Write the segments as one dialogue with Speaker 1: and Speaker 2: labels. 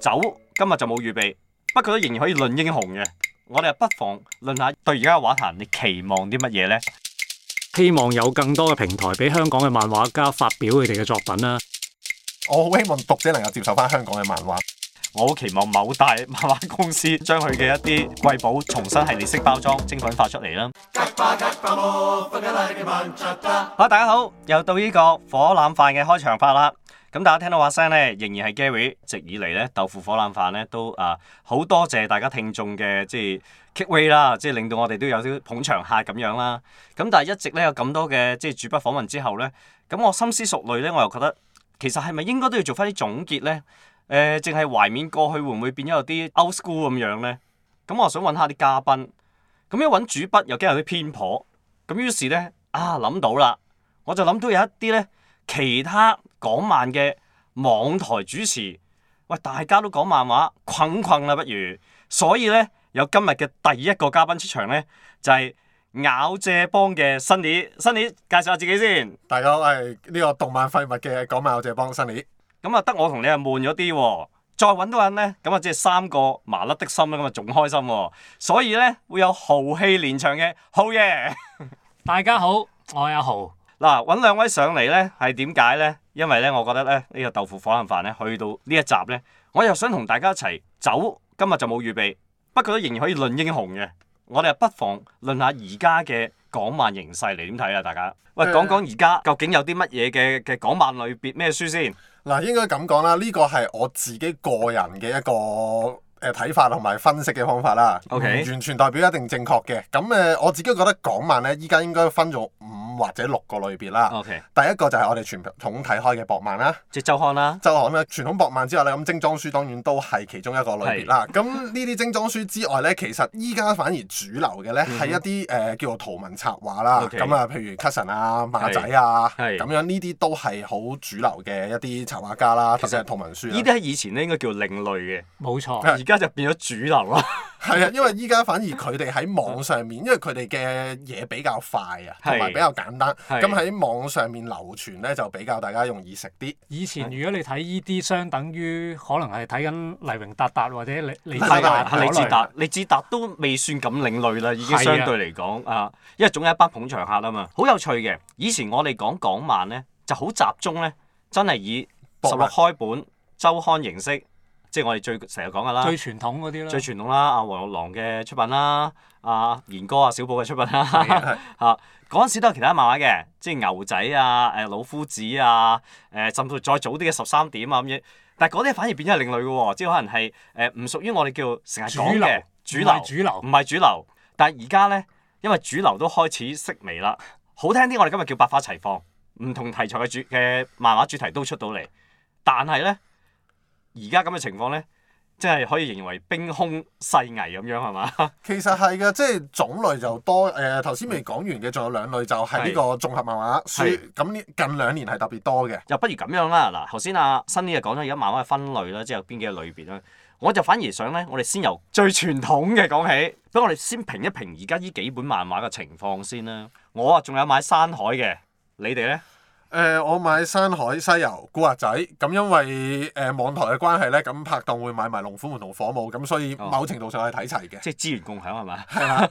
Speaker 1: 酒今日就冇預備，不過都仍然可以論英雄嘅。我哋啊不妨論下對而家嘅畫壇，你期望啲乜嘢呢？
Speaker 2: 希望有更多嘅平台俾香港嘅漫畫家發表佢哋嘅作品啊啦。
Speaker 3: 我好希望讀者能夠接受翻香港嘅漫畫。
Speaker 1: 我好期望某大 漫畫公司將佢嘅一啲貴寶重新系列式包裝精品化出嚟啦。好，大家好，又到呢個火腩飯嘅開場拍啦。咁大家聽到話聲咧，仍然係 Gary。直以嚟咧，豆腐火腩飯咧都啊好多謝大家聽眾嘅即係 kick way 啦，即係令到我哋都有啲捧場客咁樣啦。咁但係一直咧有咁多嘅即係主筆訪問之後咧，咁我深思熟慮咧，我又覺得其實係咪應該都要做翻啲總結咧？誒，呃淨係懷緬過去會唔會變咗有啲 old school 咁樣咧？咁我想揾下啲嘉賓，咁樣揾主筆又驚有啲偏頗，咁於是咧啊諗到啦，我就諗到有一啲咧其他港漫嘅網台主持，喂大家都講漫畫，困困啦不如，所以咧有今日嘅第一個嘉賓出場咧，就係、咬借幫嘅 Sunny，Sunny 介紹下自己先。
Speaker 3: 大家好，我係呢個動漫廢物嘅港漫我謝幫新年。
Speaker 1: 咁啊，得我同你啊悶咗啲喎。再揾到人咧，咁啊即係三個麻甩的心啦，咁啊仲開心喎。所以咧會有豪氣連場嘅好嘢。
Speaker 2: 大家好，我係阿豪。
Speaker 1: 嗱，揾兩位上嚟咧係點解咧？因為咧，我覺得咧呢個豆腐火腩飯咧去到呢一集咧，我又想同大家一齊走。今日就冇預備，不過都仍然可以論英雄嘅。我哋啊不妨論下而家嘅港漫形勢嚟點睇啊，大家。喂，
Speaker 3: 誒
Speaker 1: 講講而家究竟有啲乜嘢嘅嘅港漫類別咩書先？
Speaker 3: 嗱，應該咁講啦，呢個係我自己個人嘅一個誒睇法同埋分析嘅方法啦。
Speaker 1: OK
Speaker 3: 唔完全代表一定正確嘅。咁誒，我自己覺得港漫咧，依家應該分咗五或者六個類別啦。
Speaker 1: OK，
Speaker 3: 第一個就係我哋傳統睇開嘅博漫啦，
Speaker 1: 即係周刊啦。
Speaker 3: 周刊啦，傳統博漫之外咧，咁精裝書當然都係其中一個類別啦。咁呢啲精裝書之外咧，其實依家反而主流嘅咧係一啲誒、呃叫做圖文插畫啦，
Speaker 1: 嗯 OK
Speaker 3: 咁啊譬如 Cushion 啊、馬仔啊，
Speaker 1: 係
Speaker 3: 咁樣呢啲都係好主流嘅一啲插畫家啦，特別係圖文書啦
Speaker 2: 啊
Speaker 3: 啊
Speaker 1: 呢啲。喺以前咧應該叫另類嘅，
Speaker 2: 冇錯，
Speaker 3: 係
Speaker 1: 而家就變咗主流 啦。
Speaker 3: 係啊，因為依家反而佢哋喺網上面，因為佢哋嘅嘢比較快啊，
Speaker 1: 係
Speaker 3: 同埋比較簡單，
Speaker 1: 係
Speaker 3: 咁喺網上面流傳咧就比較大家容易食啲。
Speaker 2: 以前如果你睇依啲，相等於可能係睇緊黎榮達達或者李
Speaker 3: 係
Speaker 2: 李志
Speaker 3: 係
Speaker 2: 達
Speaker 1: 係
Speaker 2: 嗰
Speaker 1: 李
Speaker 2: 類
Speaker 1: 志達，李志達都未算咁另類啦，已經
Speaker 2: 係啊
Speaker 1: 相對嚟講啊，因為總有一班捧場客啊嘛，好有趣嘅。以前我哋講港漫咧，就好集中咧，真係以十
Speaker 3: 博
Speaker 1: 六
Speaker 3: 漫
Speaker 1: 開本周刊形式，即係我哋最成日講噶啦，
Speaker 2: 最傳統嗰啲啦。
Speaker 1: 啊最傳統啦，阿黃玉郎嘅出品啦，阿賢哥啊、小寶嘅出品啦，
Speaker 2: 啊
Speaker 1: 嚇嗰陣時都有其他漫畫嘅，即係牛仔啊、誒老夫子啊、誒甚至乎再早啲嘅十三點啊咁樣，但係嗰啲反而變咗係另類嘅喎，即係可能係誒唔屬於我哋叫成日講嘅主
Speaker 2: 主
Speaker 1: 流
Speaker 2: 流，主流
Speaker 1: 唔係主流。但係而家咧，因為主流都開始式微啦，好聽啲我哋今日叫百花齊放，唔同題材嘅主嘅漫畫主題都出到嚟，但係咧而家咁嘅情況咧。即係可以形容為冰空世危咁樣係嘛？
Speaker 3: 其實係嘅，即係種類就多。誒頭先未講完嘅，仲有兩類就係呢個綜合漫畫
Speaker 1: 係
Speaker 3: 書。咁呢近兩年係特別多嘅。
Speaker 1: 又不如咁樣啦。嗱，頭先阿新呢就講咗而家漫畫嘅分類啦，即係有邊幾個類別啦。我就反而想咧，我哋先由最傳統嘅講起，不過我哋先評一評而家呢幾本漫畫嘅情況先啦。我啊仲有買山海嘅，你哋咧？
Speaker 3: 誒、我買《山海西遊》《古惑仔》，咁因為誒、網台嘅關係咧，咁拍檔會買埋《龍虎門》同《火舞》，咁所以
Speaker 1: 哦
Speaker 3: 某程度上係睇齊嘅。
Speaker 1: 即係資源共享係嘛？
Speaker 3: 係啊 啦，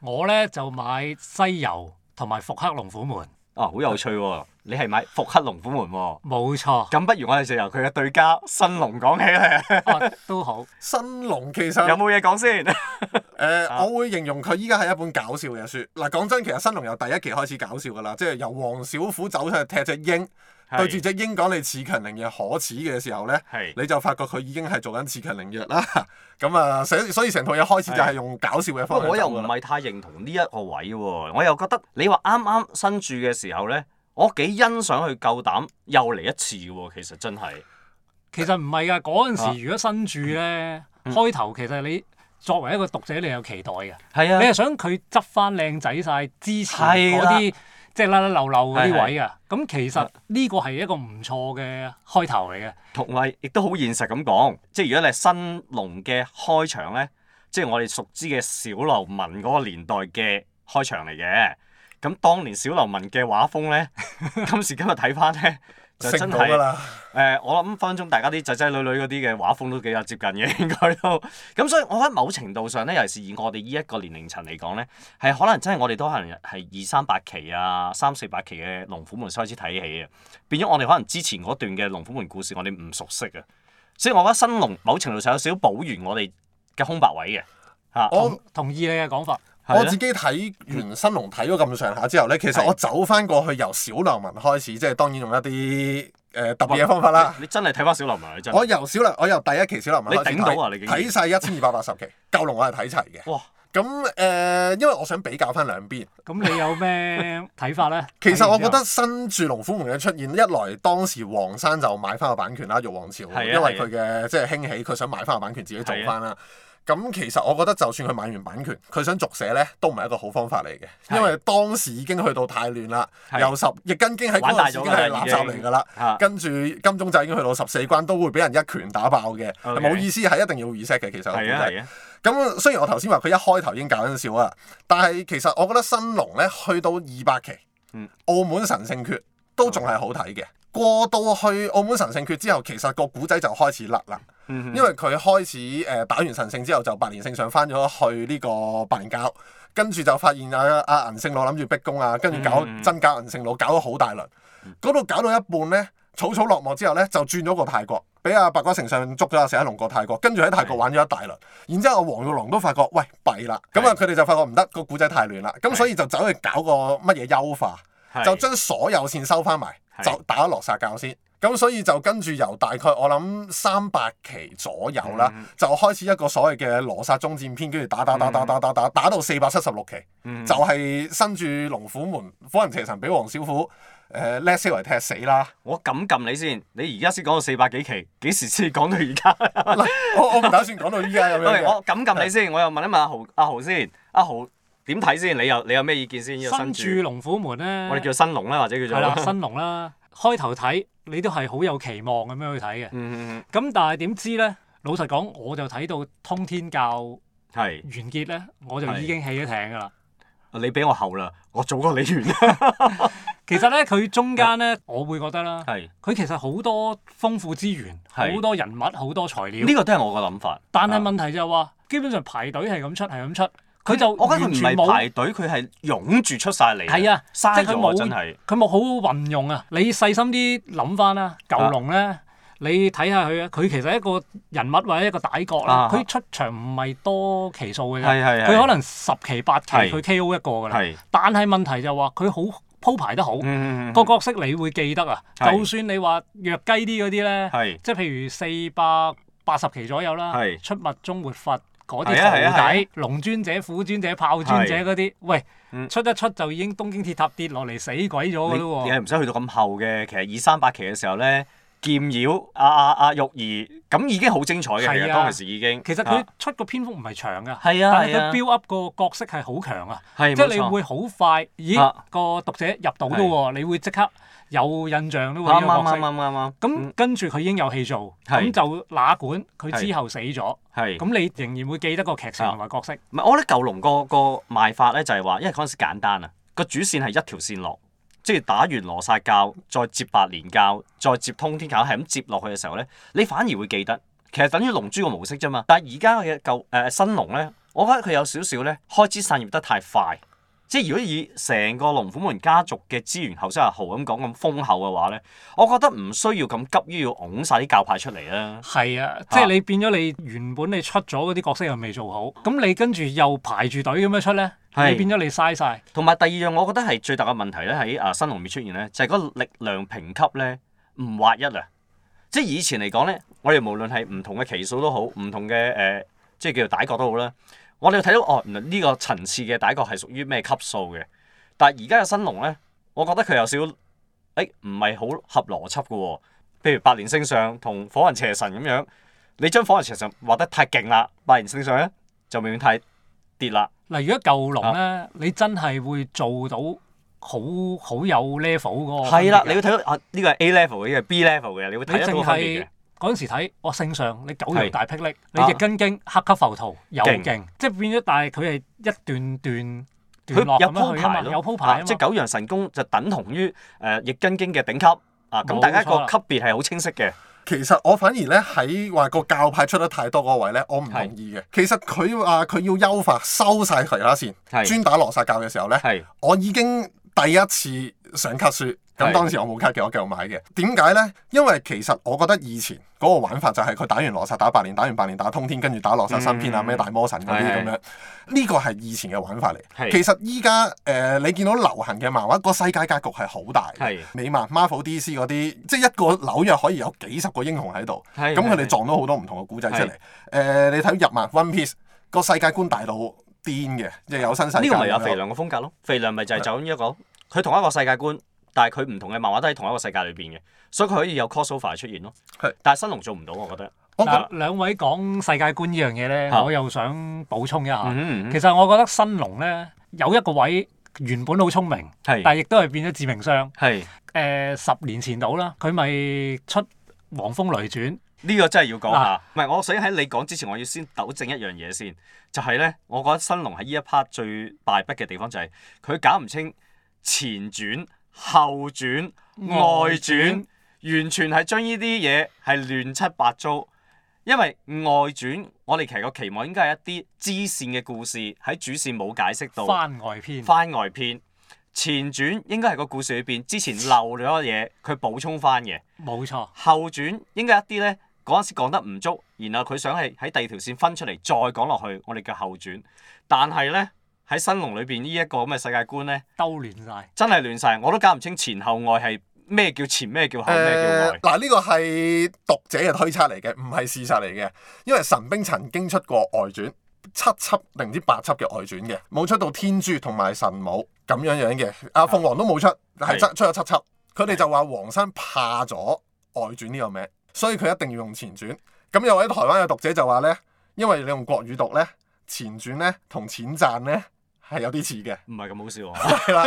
Speaker 2: 我咧就買《西遊》同埋《復刻龍虎門》，
Speaker 1: 哦，好有趣喎、你係買復刻龍虎門喎、
Speaker 2: 冇錯，
Speaker 1: 咁不如我哋就由佢嘅對家新龍講起咧，
Speaker 2: 啊都好。
Speaker 3: 新龍其實
Speaker 1: 有冇嘢講先？
Speaker 3: 誒、誒、
Speaker 1: 啊
Speaker 3: 我會形容佢依家係一本搞笑嘅書。嗱，講真，其實新龍由第一期開始搞笑㗎啦，即係由黃小虎走出去踢只鷹，
Speaker 1: 係
Speaker 3: 對住只鷹講你恃強凌弱可恥嘅時候咧
Speaker 1: 係，
Speaker 3: 你就發覺佢已經係做緊恃強凌弱啦。 咁啊，所以所以成套嘢開始就係用搞笑嘅
Speaker 1: 不過
Speaker 3: 方向
Speaker 1: 我又
Speaker 3: 走
Speaker 1: 唔
Speaker 3: 㗎啦
Speaker 1: 係太認同呢一個位喎，我又覺得你話啱啱新住嘅時候咧，我幾欣賞佢夠膽又嚟一次喎，其實真係
Speaker 2: 其實唔係㗎，嗰
Speaker 1: 啊嗯
Speaker 2: 陣時如果新住咧，開頭其實你作為一個讀者，你有期待嘅，
Speaker 1: 係
Speaker 2: 你
Speaker 1: 啊
Speaker 2: 係，想佢執翻靚仔晒之前
Speaker 1: 係
Speaker 2: 嗰
Speaker 1: 啦
Speaker 2: 啲即係甩甩漏漏嗰
Speaker 1: 係係
Speaker 2: 啲位啊。咁其實呢個係一個唔錯嘅開頭嚟嘅。
Speaker 1: 同埋亦都好現實咁講，即係如果你係新龍嘅開場咧，即係我哋熟知嘅小流民嗰個年代嘅開場嚟嘅。咁當年小流民嘅畫風咧， 今時今日睇翻咧，就
Speaker 3: 食
Speaker 1: 真
Speaker 3: 唔到㗎
Speaker 1: 係。
Speaker 3: 啦。
Speaker 1: 誒、我諗分分鐘大家啲仔仔女女嗰啲嘅畫風都幾啊接近嘅， 應該都咁，所以我覺得某程度上咧，尤其是以我哋呢一個年齡層嚟講咧，係可能真係我哋都可能係二三百期啊、三四百期嘅《龍虎門》開始睇起嘅，變咗我哋可能之前嗰段嘅《龍虎門》故事我哋唔熟悉啊，所以我覺得新龍某程度上有少少補完我哋嘅空白位嘅嚇。
Speaker 3: 我
Speaker 2: 同意你嘅講法，
Speaker 1: 係
Speaker 3: 我自
Speaker 1: 咧
Speaker 3: 己睇完新龍睇咗咁上下之後咧，其實
Speaker 1: 係
Speaker 3: 我走翻過去由小流民開始，即係當然用一啲誒、特別嘅方法啦。
Speaker 1: 你真係睇翻小流氓， 啊你真係
Speaker 3: 我由小流，我由第一期小流民開始
Speaker 1: 你頂到啊你
Speaker 3: 睇，
Speaker 1: 竟然
Speaker 3: 睇晒一千二百八十期，夠龍我係睇齊嘅。
Speaker 1: 哇！
Speaker 3: 咁誒、呃因為我想比較翻兩邊。
Speaker 2: 咁你有 咩睇法咧？
Speaker 3: 其實我
Speaker 2: 睇
Speaker 3: 覺
Speaker 2: 完之
Speaker 3: 得
Speaker 2: 後
Speaker 3: 新住龍虎門嘅出現，一來當時黃山就買翻個版權啦，玉皇朝，
Speaker 1: 係啊
Speaker 3: 因為佢嘅即係興起，佢想買翻個版權自己做翻啦。咁其實我覺得，就算佢買完版權，佢想續寫呢都唔係一個好方法嚟嘅，
Speaker 1: 係
Speaker 3: 因為當時已經去到太亂啦，
Speaker 1: 係
Speaker 3: 由十易筋經喺
Speaker 1: 玩
Speaker 3: 嗰
Speaker 1: 大
Speaker 3: 陣時
Speaker 1: 咗
Speaker 3: 已經
Speaker 1: 啦
Speaker 3: 係垃圾嚟㗎啦。
Speaker 1: 嚇
Speaker 3: 跟住金鐘仔已經去到十四關，都會俾人一拳打爆嘅，
Speaker 1: OK
Speaker 3: 冇意思係一定要 reset 嘅。其實我
Speaker 1: 係啊
Speaker 3: 估計
Speaker 1: 係啊，
Speaker 3: 咁雖然我頭先話佢一開頭已經搞緊笑啊，但係其實我覺得新龍咧去到二百期，
Speaker 1: 嗯
Speaker 3: 澳門神聖決都仲係好睇嘅。過到去澳門神聖決之後，其實個古仔就開始甩啦，
Speaker 1: 因
Speaker 3: 因為佢開始誒、呃打完神聖之後就百年聖上翻咗去呢個白蓮教，跟住就發現阿啊阿銀聖佬諗住逼宮啊，跟住搞
Speaker 1: 嗯嗯
Speaker 3: 真假銀聖佬搞咗好大輪，嗰度搞到一半咧，草草落幕之後咧就轉咗個泰國，俾阿白骨丞相捉咗阿石一龍過泰國，跟住喺泰國
Speaker 1: 係
Speaker 3: 玩咗一大輪。然之後阿黃玉郎都發覺，喂弊啦，咁啊
Speaker 1: 係
Speaker 3: 佢哋就發覺唔得，個古仔太亂啦，咁
Speaker 1: 係
Speaker 3: 所以就走去搞個乜嘢優化，就將所有線收翻埋，
Speaker 1: 係
Speaker 3: 就打落殺教先。咁所以就跟住由大概我諗三百期左右啦，
Speaker 1: 嗯
Speaker 3: 就開始一個所謂嘅羅剎中戰篇，跟住打打打打打打打打到四百七十六期，
Speaker 1: 嗯
Speaker 3: 就係身住龍虎門火雲邪神俾黃小虎誒叻些為踢死啦。
Speaker 1: 我撳撳你先，你而家先講到四百幾期，幾時先講到而 家？
Speaker 3: 嗱，我我唔打算講到依家咁樣
Speaker 1: 喂，
Speaker 3: 嘅。
Speaker 1: 我撳撳你先，我又問一問阿豪，阿豪先，阿豪點睇先？你又你有咩意見先？呢個新
Speaker 2: 新住
Speaker 1: 住，
Speaker 2: 龍虎門咧，
Speaker 1: 我哋叫新龍啦，或者叫
Speaker 2: 係 啦，
Speaker 1: 做
Speaker 2: 新龍啦，開頭睇你都係好有期望咁樣去睇嘅。
Speaker 1: 嗯嗯
Speaker 2: 咁但係點知咧？老實講，我就睇到通天教完
Speaker 1: 嗯係，
Speaker 2: 結咧，我就已經起咗艇㗎啦。
Speaker 1: 你比我後啦，我早過你完啦，
Speaker 2: 其實咧，佢中間咧，我會覺得啦，
Speaker 1: 啊係
Speaker 2: 佢其實好多豐富資源，
Speaker 1: 係
Speaker 2: 好多人物，好多材 料
Speaker 1: 呢。個都係我個諗法。
Speaker 2: 但係
Speaker 1: 啊
Speaker 2: 問題就係話，基本上排隊係咁出，係咁出，佢就
Speaker 1: 我覺得佢
Speaker 2: 完
Speaker 1: 唔
Speaker 2: 全
Speaker 1: 係排
Speaker 2: 冇，
Speaker 1: 隊，佢係湧住出晒嚟。
Speaker 2: 係啊
Speaker 1: 嘥
Speaker 2: 即係佢
Speaker 1: 咗啊
Speaker 2: 冇
Speaker 1: 真係。
Speaker 2: 佢冇好好運用啊！你細心啲諗翻啦，
Speaker 1: 啊
Speaker 2: 舊龍咧，你睇下佢啊，佢其實一個人物或者一個大角啦
Speaker 1: 啊，
Speaker 2: 佢出場唔係多期數嘅啫，
Speaker 1: 係係係
Speaker 2: 佢可能十期八期
Speaker 1: 係
Speaker 2: 佢 K.O. 一個㗎啦。
Speaker 1: 係，
Speaker 2: 但係問題就話佢好鋪排得好，
Speaker 1: 嗯嗯嗯
Speaker 2: 個角色你會記得啊。
Speaker 1: 係
Speaker 2: 就算你話弱雞啲嗰啲咧，
Speaker 1: 係
Speaker 2: 即係譬如四百八十期左右啦
Speaker 1: 係，
Speaker 2: 出密宗活佛嗰啲
Speaker 1: 係啊係啊
Speaker 2: 徒
Speaker 1: 係
Speaker 2: 弟，龍尊者、虎尊者、豹尊者嗰啲，喂
Speaker 1: 嗯，
Speaker 2: 出一出就已經東京鐵塔跌落嚟死鬼咗
Speaker 1: 你
Speaker 2: 㗎
Speaker 1: 你
Speaker 2: 咯喎。
Speaker 1: 係唔使去到咁後嘅，其實二三百期嘅時候咧，劍妖啊啊啊玉兒咁已經好精彩嘅，其實
Speaker 2: 係啊
Speaker 1: 當其時已經。
Speaker 2: 其實佢出個篇幅唔係長㗎，
Speaker 1: 係啊
Speaker 2: 但係
Speaker 1: 係啊
Speaker 2: 佢 build up 個角色係好強啊，
Speaker 1: 係
Speaker 2: 即係
Speaker 1: 冇
Speaker 2: 你
Speaker 1: 錯，
Speaker 2: 會好快，咦
Speaker 1: 啊
Speaker 2: 個讀者入到咯喎，你會即刻有印象咯喎
Speaker 1: 啊啱
Speaker 2: 呢
Speaker 1: 啱
Speaker 2: 個角
Speaker 1: 啱
Speaker 2: 色。
Speaker 1: 啱啱啱。嗯
Speaker 2: 咁跟住佢已經有戲做，
Speaker 1: 係
Speaker 2: 咁就哪管佢
Speaker 1: 係
Speaker 2: 之後死咗，
Speaker 1: 係咁，
Speaker 2: 咁你仍然會記得個劇情同埋角色。
Speaker 1: 唔係我覺得舊龍個個賣法咧就係話，因為嗰陣時簡單啊，個主線係一條線落，即係打完羅剎教，再接白蓮教，再接通天教，係咁接落去嘅時候咧，你反而會記得。其實等於龍珠個模式啫呃嘛。但係而家嘅舊誒新龍咧，我覺得佢有少少咧開枝散葉得太快，即係如果以成個龍虎門家族嘅資源，後生阿豪咁講咁豐厚嘅話咧，我覺得唔需要咁急於要拱晒啲教派出嚟啦。
Speaker 2: 係啊，即係你變咗你原本你出咗嗰啲角色又未做好，咁你跟住又排住隊咁樣出咧，
Speaker 1: 係
Speaker 2: 你變咗你嘥晒。
Speaker 1: 同埋第二樣，我覺得係最大嘅問題咧，喺啊新龍面出現咧，就係、嗰個力量評級咧唔劃一啊！即係以前嚟講咧，我哋無論係唔同嘅期數都好，唔同嘅誒、呃即係叫做歹角都好啦，我哋睇到哦，原來呢個層次嘅歹角係屬於咩級數嘅？但係而家嘅新龍咧，我覺得佢有少少誒唔係好合邏輯嘅喎。譬如百年星相同火雲邪神咁樣，你將火雲邪神畫得太勁啦，百年星相咧就永遠太跌啦。
Speaker 2: 嗱，如果舊龍
Speaker 1: 啊
Speaker 2: 咧，你真係會做到好好有 level 嗰個分別㗎。
Speaker 1: 係啦，你會睇到啊呢個係 A level 嘅，呢個係 B level 嘅，你會睇
Speaker 2: 你
Speaker 1: 得
Speaker 2: 淨
Speaker 1: 到分別
Speaker 2: 係
Speaker 1: 嘅。
Speaker 2: 嗰陣時睇，我聖上你九
Speaker 1: 係
Speaker 2: 陽大霹靂，你
Speaker 1: 啊
Speaker 2: 易筋經黑級浮屠又
Speaker 1: 勁
Speaker 2: 勁，即係變咗，但係佢係一段段段落
Speaker 1: 佢有
Speaker 2: 咁
Speaker 1: 鋪
Speaker 2: 樣去啊嘛，
Speaker 1: 排
Speaker 2: 有
Speaker 1: 咯，
Speaker 2: 鋪
Speaker 1: 啊
Speaker 2: 排啊
Speaker 1: 即係
Speaker 2: 嘛。
Speaker 1: 九陽神功就等同於誒易筋經嘅頂級啊！咁
Speaker 2: 冇
Speaker 1: 大家個
Speaker 2: 錯啦
Speaker 1: 級別係好清晰嘅，
Speaker 3: 其實我反而咧喺話個教派出得太多嗰個位咧，我唔同意嘅。其實佢話佢要優化收晒其他線，
Speaker 1: 係
Speaker 3: 專打羅薩教嘅時候咧，
Speaker 1: 係
Speaker 3: 我已經第一次上 cut 書。
Speaker 1: 係
Speaker 3: 咁當時我冇 cut 嘅，我繼續買嘅。點解呢？因為其實我覺得以前嗰個玩法就係佢打完羅薩打八年，打完八年打通天，跟住打羅薩三篇啊，
Speaker 1: 嗯
Speaker 3: 咩大魔神嗰啲
Speaker 1: 係
Speaker 3: 咁樣。呢個係以前嘅玩法嚟。
Speaker 1: 係
Speaker 3: 其實依家誒你見到流行嘅漫畫個世界格局係好大嘅
Speaker 1: 係，
Speaker 3: 美漫、Marvel、DC 嗰啲，即係一個紐約可以有幾十個英雄喺度，
Speaker 1: 係
Speaker 3: 咁佢
Speaker 1: 係
Speaker 3: 哋撞到好多唔同嘅古仔出
Speaker 1: 係
Speaker 3: 嚟。誒、呃你睇日漫 One Piece 個世界觀大到癲嘅，即係有新世界咁
Speaker 1: 呢
Speaker 3: 樣。
Speaker 1: 個咪有肥良嘅風格咯。肥良咪就係就咁一個，佢同一個世界觀，但係佢唔同嘅漫畫都喺同一個世界裏邊嘅，所以佢可以有 crossover 出現咯
Speaker 3: 係。
Speaker 1: 但係新龍做唔到，我覺得。
Speaker 3: 我覺
Speaker 2: 嗱
Speaker 3: 得，
Speaker 2: 兩位講世界觀呢樣嘢咧，
Speaker 1: 嚇
Speaker 2: 我又想補充一下。
Speaker 1: 啊嗯
Speaker 2: 其實我覺得新龍咧有一個位原本好聰明，
Speaker 1: 係
Speaker 2: 但係亦都係變咗致命傷。
Speaker 1: 係
Speaker 2: 誒十年前到啦，佢咪出《黃蜂雷傳》。
Speaker 1: 呢個真係要講
Speaker 2: 嗱
Speaker 1: 下。唔係，我想喺你講之前，我要先糾正一樣嘢先，就係咧，我覺得新龍喺呢一 part 最敗筆嘅地方就係佢搞唔清前傳、後傳、外
Speaker 2: 外
Speaker 1: 傳
Speaker 2: 傳，
Speaker 1: 完全係將呢啲嘢係亂七八糟。因為外傳，我哋其實個期望應該係一啲支線嘅故事，喺主線冇解釋到。
Speaker 2: 番外篇，
Speaker 1: 番外篇前傳應該係個故事裏邊之前漏咗嘅嘢，佢補充翻嘅。
Speaker 2: 冇錯，
Speaker 1: 後轉應該一啲咧嗰陣時講得唔足，然後佢想係喺第二條線分出嚟再講落去，我哋叫後轉。但係咧喺新龍裏邊呢一個咁嘅世界觀咧，
Speaker 2: 兜亂晒。
Speaker 1: 真係亂晒，我都搞唔清前後外係咩叫前，咩叫後，咩叫
Speaker 3: 誒
Speaker 1: 外。
Speaker 3: 呃嗱呢個係讀者嘅推測嚟嘅，唔係事實嚟嘅，因為神兵曾經出過外傳。七輯定唔知八輯嘅外傳嘅，冇出到天珠同埋神武咁樣樣嘅，阿鳳凰都冇出，
Speaker 1: 係
Speaker 3: 係出出咗七輯。佢哋就話黃生怕咗外傳呢個名，所以佢一定要用前傳。咁有位台灣嘅讀者就話呢，因為你用國語讀呢，前傳呢同錢賺呢係有啲似嘅。
Speaker 1: 唔係咁好笑啊！
Speaker 3: 係啦。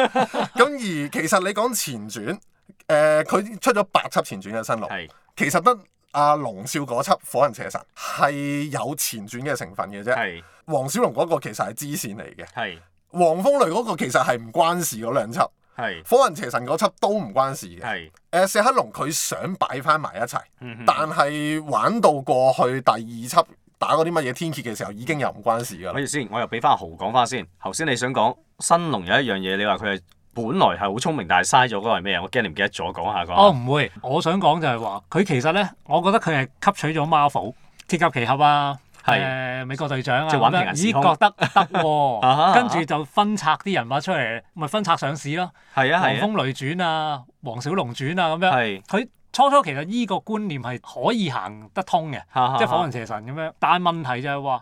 Speaker 3: 咁而其實你講前傳，誒、佢出咗八輯前傳嘅新龍，
Speaker 1: 係
Speaker 3: 其實得阿龍少嗰輯《火雲邪神》係有前傳嘅成分嘅啫。
Speaker 1: 係
Speaker 3: 黃小龍嗰個其實係支線嚟嘅，
Speaker 1: 係
Speaker 3: 黃風雷嗰個其實係唔關事嗰兩輯，《
Speaker 1: 係
Speaker 3: 火雲邪神》嗰輯都唔關事嘅。誒、
Speaker 1: 係，
Speaker 3: 石黑龍佢想擺翻埋一齊，
Speaker 1: 嗯哼
Speaker 3: 但係玩到過去第二輯打嗰啲乜嘢天蠍嘅時候，已經又唔關事㗎
Speaker 1: 咪
Speaker 3: 啦。
Speaker 1: 住先，我又俾翻阿豪講翻先。頭先你想講新龍有一樣嘢，你話佢係本來係好聰明，但係嘥咗嗰個係咩啊？我驚你唔記得咗，講下講下。
Speaker 2: 哦，唔會，我想講就係話，佢其實咧，我覺得佢係吸取咗 Marvel 鐵甲奇俠啊，
Speaker 1: 係
Speaker 2: 誒、美國隊長啊，
Speaker 1: 即係玩
Speaker 2: 咁樣
Speaker 1: 平行時空
Speaker 2: 咦覺得得
Speaker 1: 啊哈
Speaker 2: 喎，跟住就分拆啲人物出嚟，咪分拆上市咯，
Speaker 1: 係啊
Speaker 2: 黃
Speaker 1: 係啊，
Speaker 2: 蜂雷傳啊，黃小龍傳啊咁樣，
Speaker 1: 係
Speaker 2: 佢初初其實依個觀念係可以行得通嘅，
Speaker 1: 即
Speaker 2: 即係火雲邪神咁樣，但係問題就係話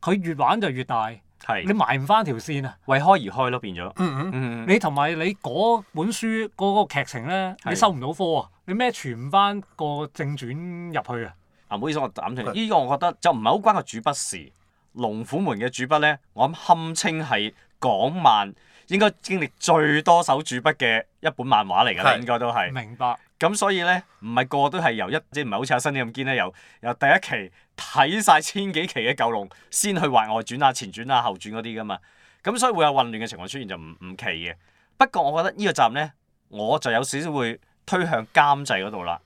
Speaker 2: 佢越玩就越大，
Speaker 1: 係
Speaker 2: 你埋唔翻條線啊！
Speaker 1: 為開而開咯，變咗。
Speaker 3: 嗯嗯，
Speaker 1: 嗯，
Speaker 2: 你同埋你嗰本書嗰個劇情咧，
Speaker 1: 係
Speaker 2: 你收唔到科啊！你咩傳翻個正傳入去啊？
Speaker 1: 啊，唔好意思，我膽斷。
Speaker 3: 係
Speaker 1: 呢個我覺得就唔係好關個主筆事。龍虎門嘅主筆咧，我諗堪稱係港漫應該經歷最多手主筆嘅一本漫畫嚟㗎啦，
Speaker 3: 係
Speaker 1: 應該都係。
Speaker 2: 明白。
Speaker 1: 咁所以咧，唔係個個都係由一即係唔係好似阿新咁堅咧，由由第一期睇晒千幾期嘅舊龍，先去畫外傳啊、前傳啊、後傳嗰啲㗎嘛。咁所以會有混亂嘅情況出現就唔唔奇嘅。不過我覺得呢個站咧，我就有少少會推向監製嗰度啦，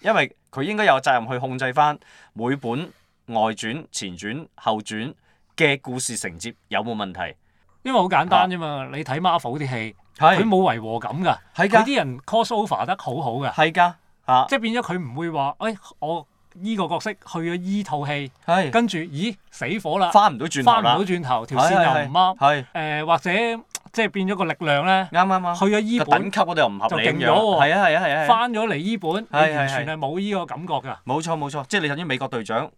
Speaker 1: 因為佢應該有責任去控制翻每本外傳、前傳、後傳嘅故事承接有冇問題。
Speaker 2: 因為好簡單啫嘛。你睇 Marvel 啲戲，佢
Speaker 1: 啊係
Speaker 2: 冇違和感㗎，
Speaker 1: 係
Speaker 2: 佢
Speaker 1: 㗎，
Speaker 2: 啲人 cross over 得好好㗎，
Speaker 1: 係㗎，嚇
Speaker 2: 即係變咗佢唔會話，誒、哎我依個角色去咗依套戲，
Speaker 1: 係
Speaker 2: 跟住咦死火啦，
Speaker 1: 翻唔到轉頭
Speaker 2: 翻
Speaker 1: 啦
Speaker 2: 唔到轉頭，條線又唔啱，誒、
Speaker 1: 係
Speaker 2: 或者即係變咗個力量咧，
Speaker 1: 啱啱
Speaker 2: 去
Speaker 1: 啱。
Speaker 2: 咗依
Speaker 1: 啊個
Speaker 2: 本
Speaker 1: 等，級嗰度又唔合理咁
Speaker 2: 就勁
Speaker 1: 樣，
Speaker 2: 咗喎
Speaker 1: 係啊係啊係啊係啊，
Speaker 2: 翻咗嚟依本，
Speaker 1: 係
Speaker 2: 你完全
Speaker 1: 係
Speaker 2: 係冇依個感覺㗎。
Speaker 1: 冇錯冇錯，即係你頭先美國隊長，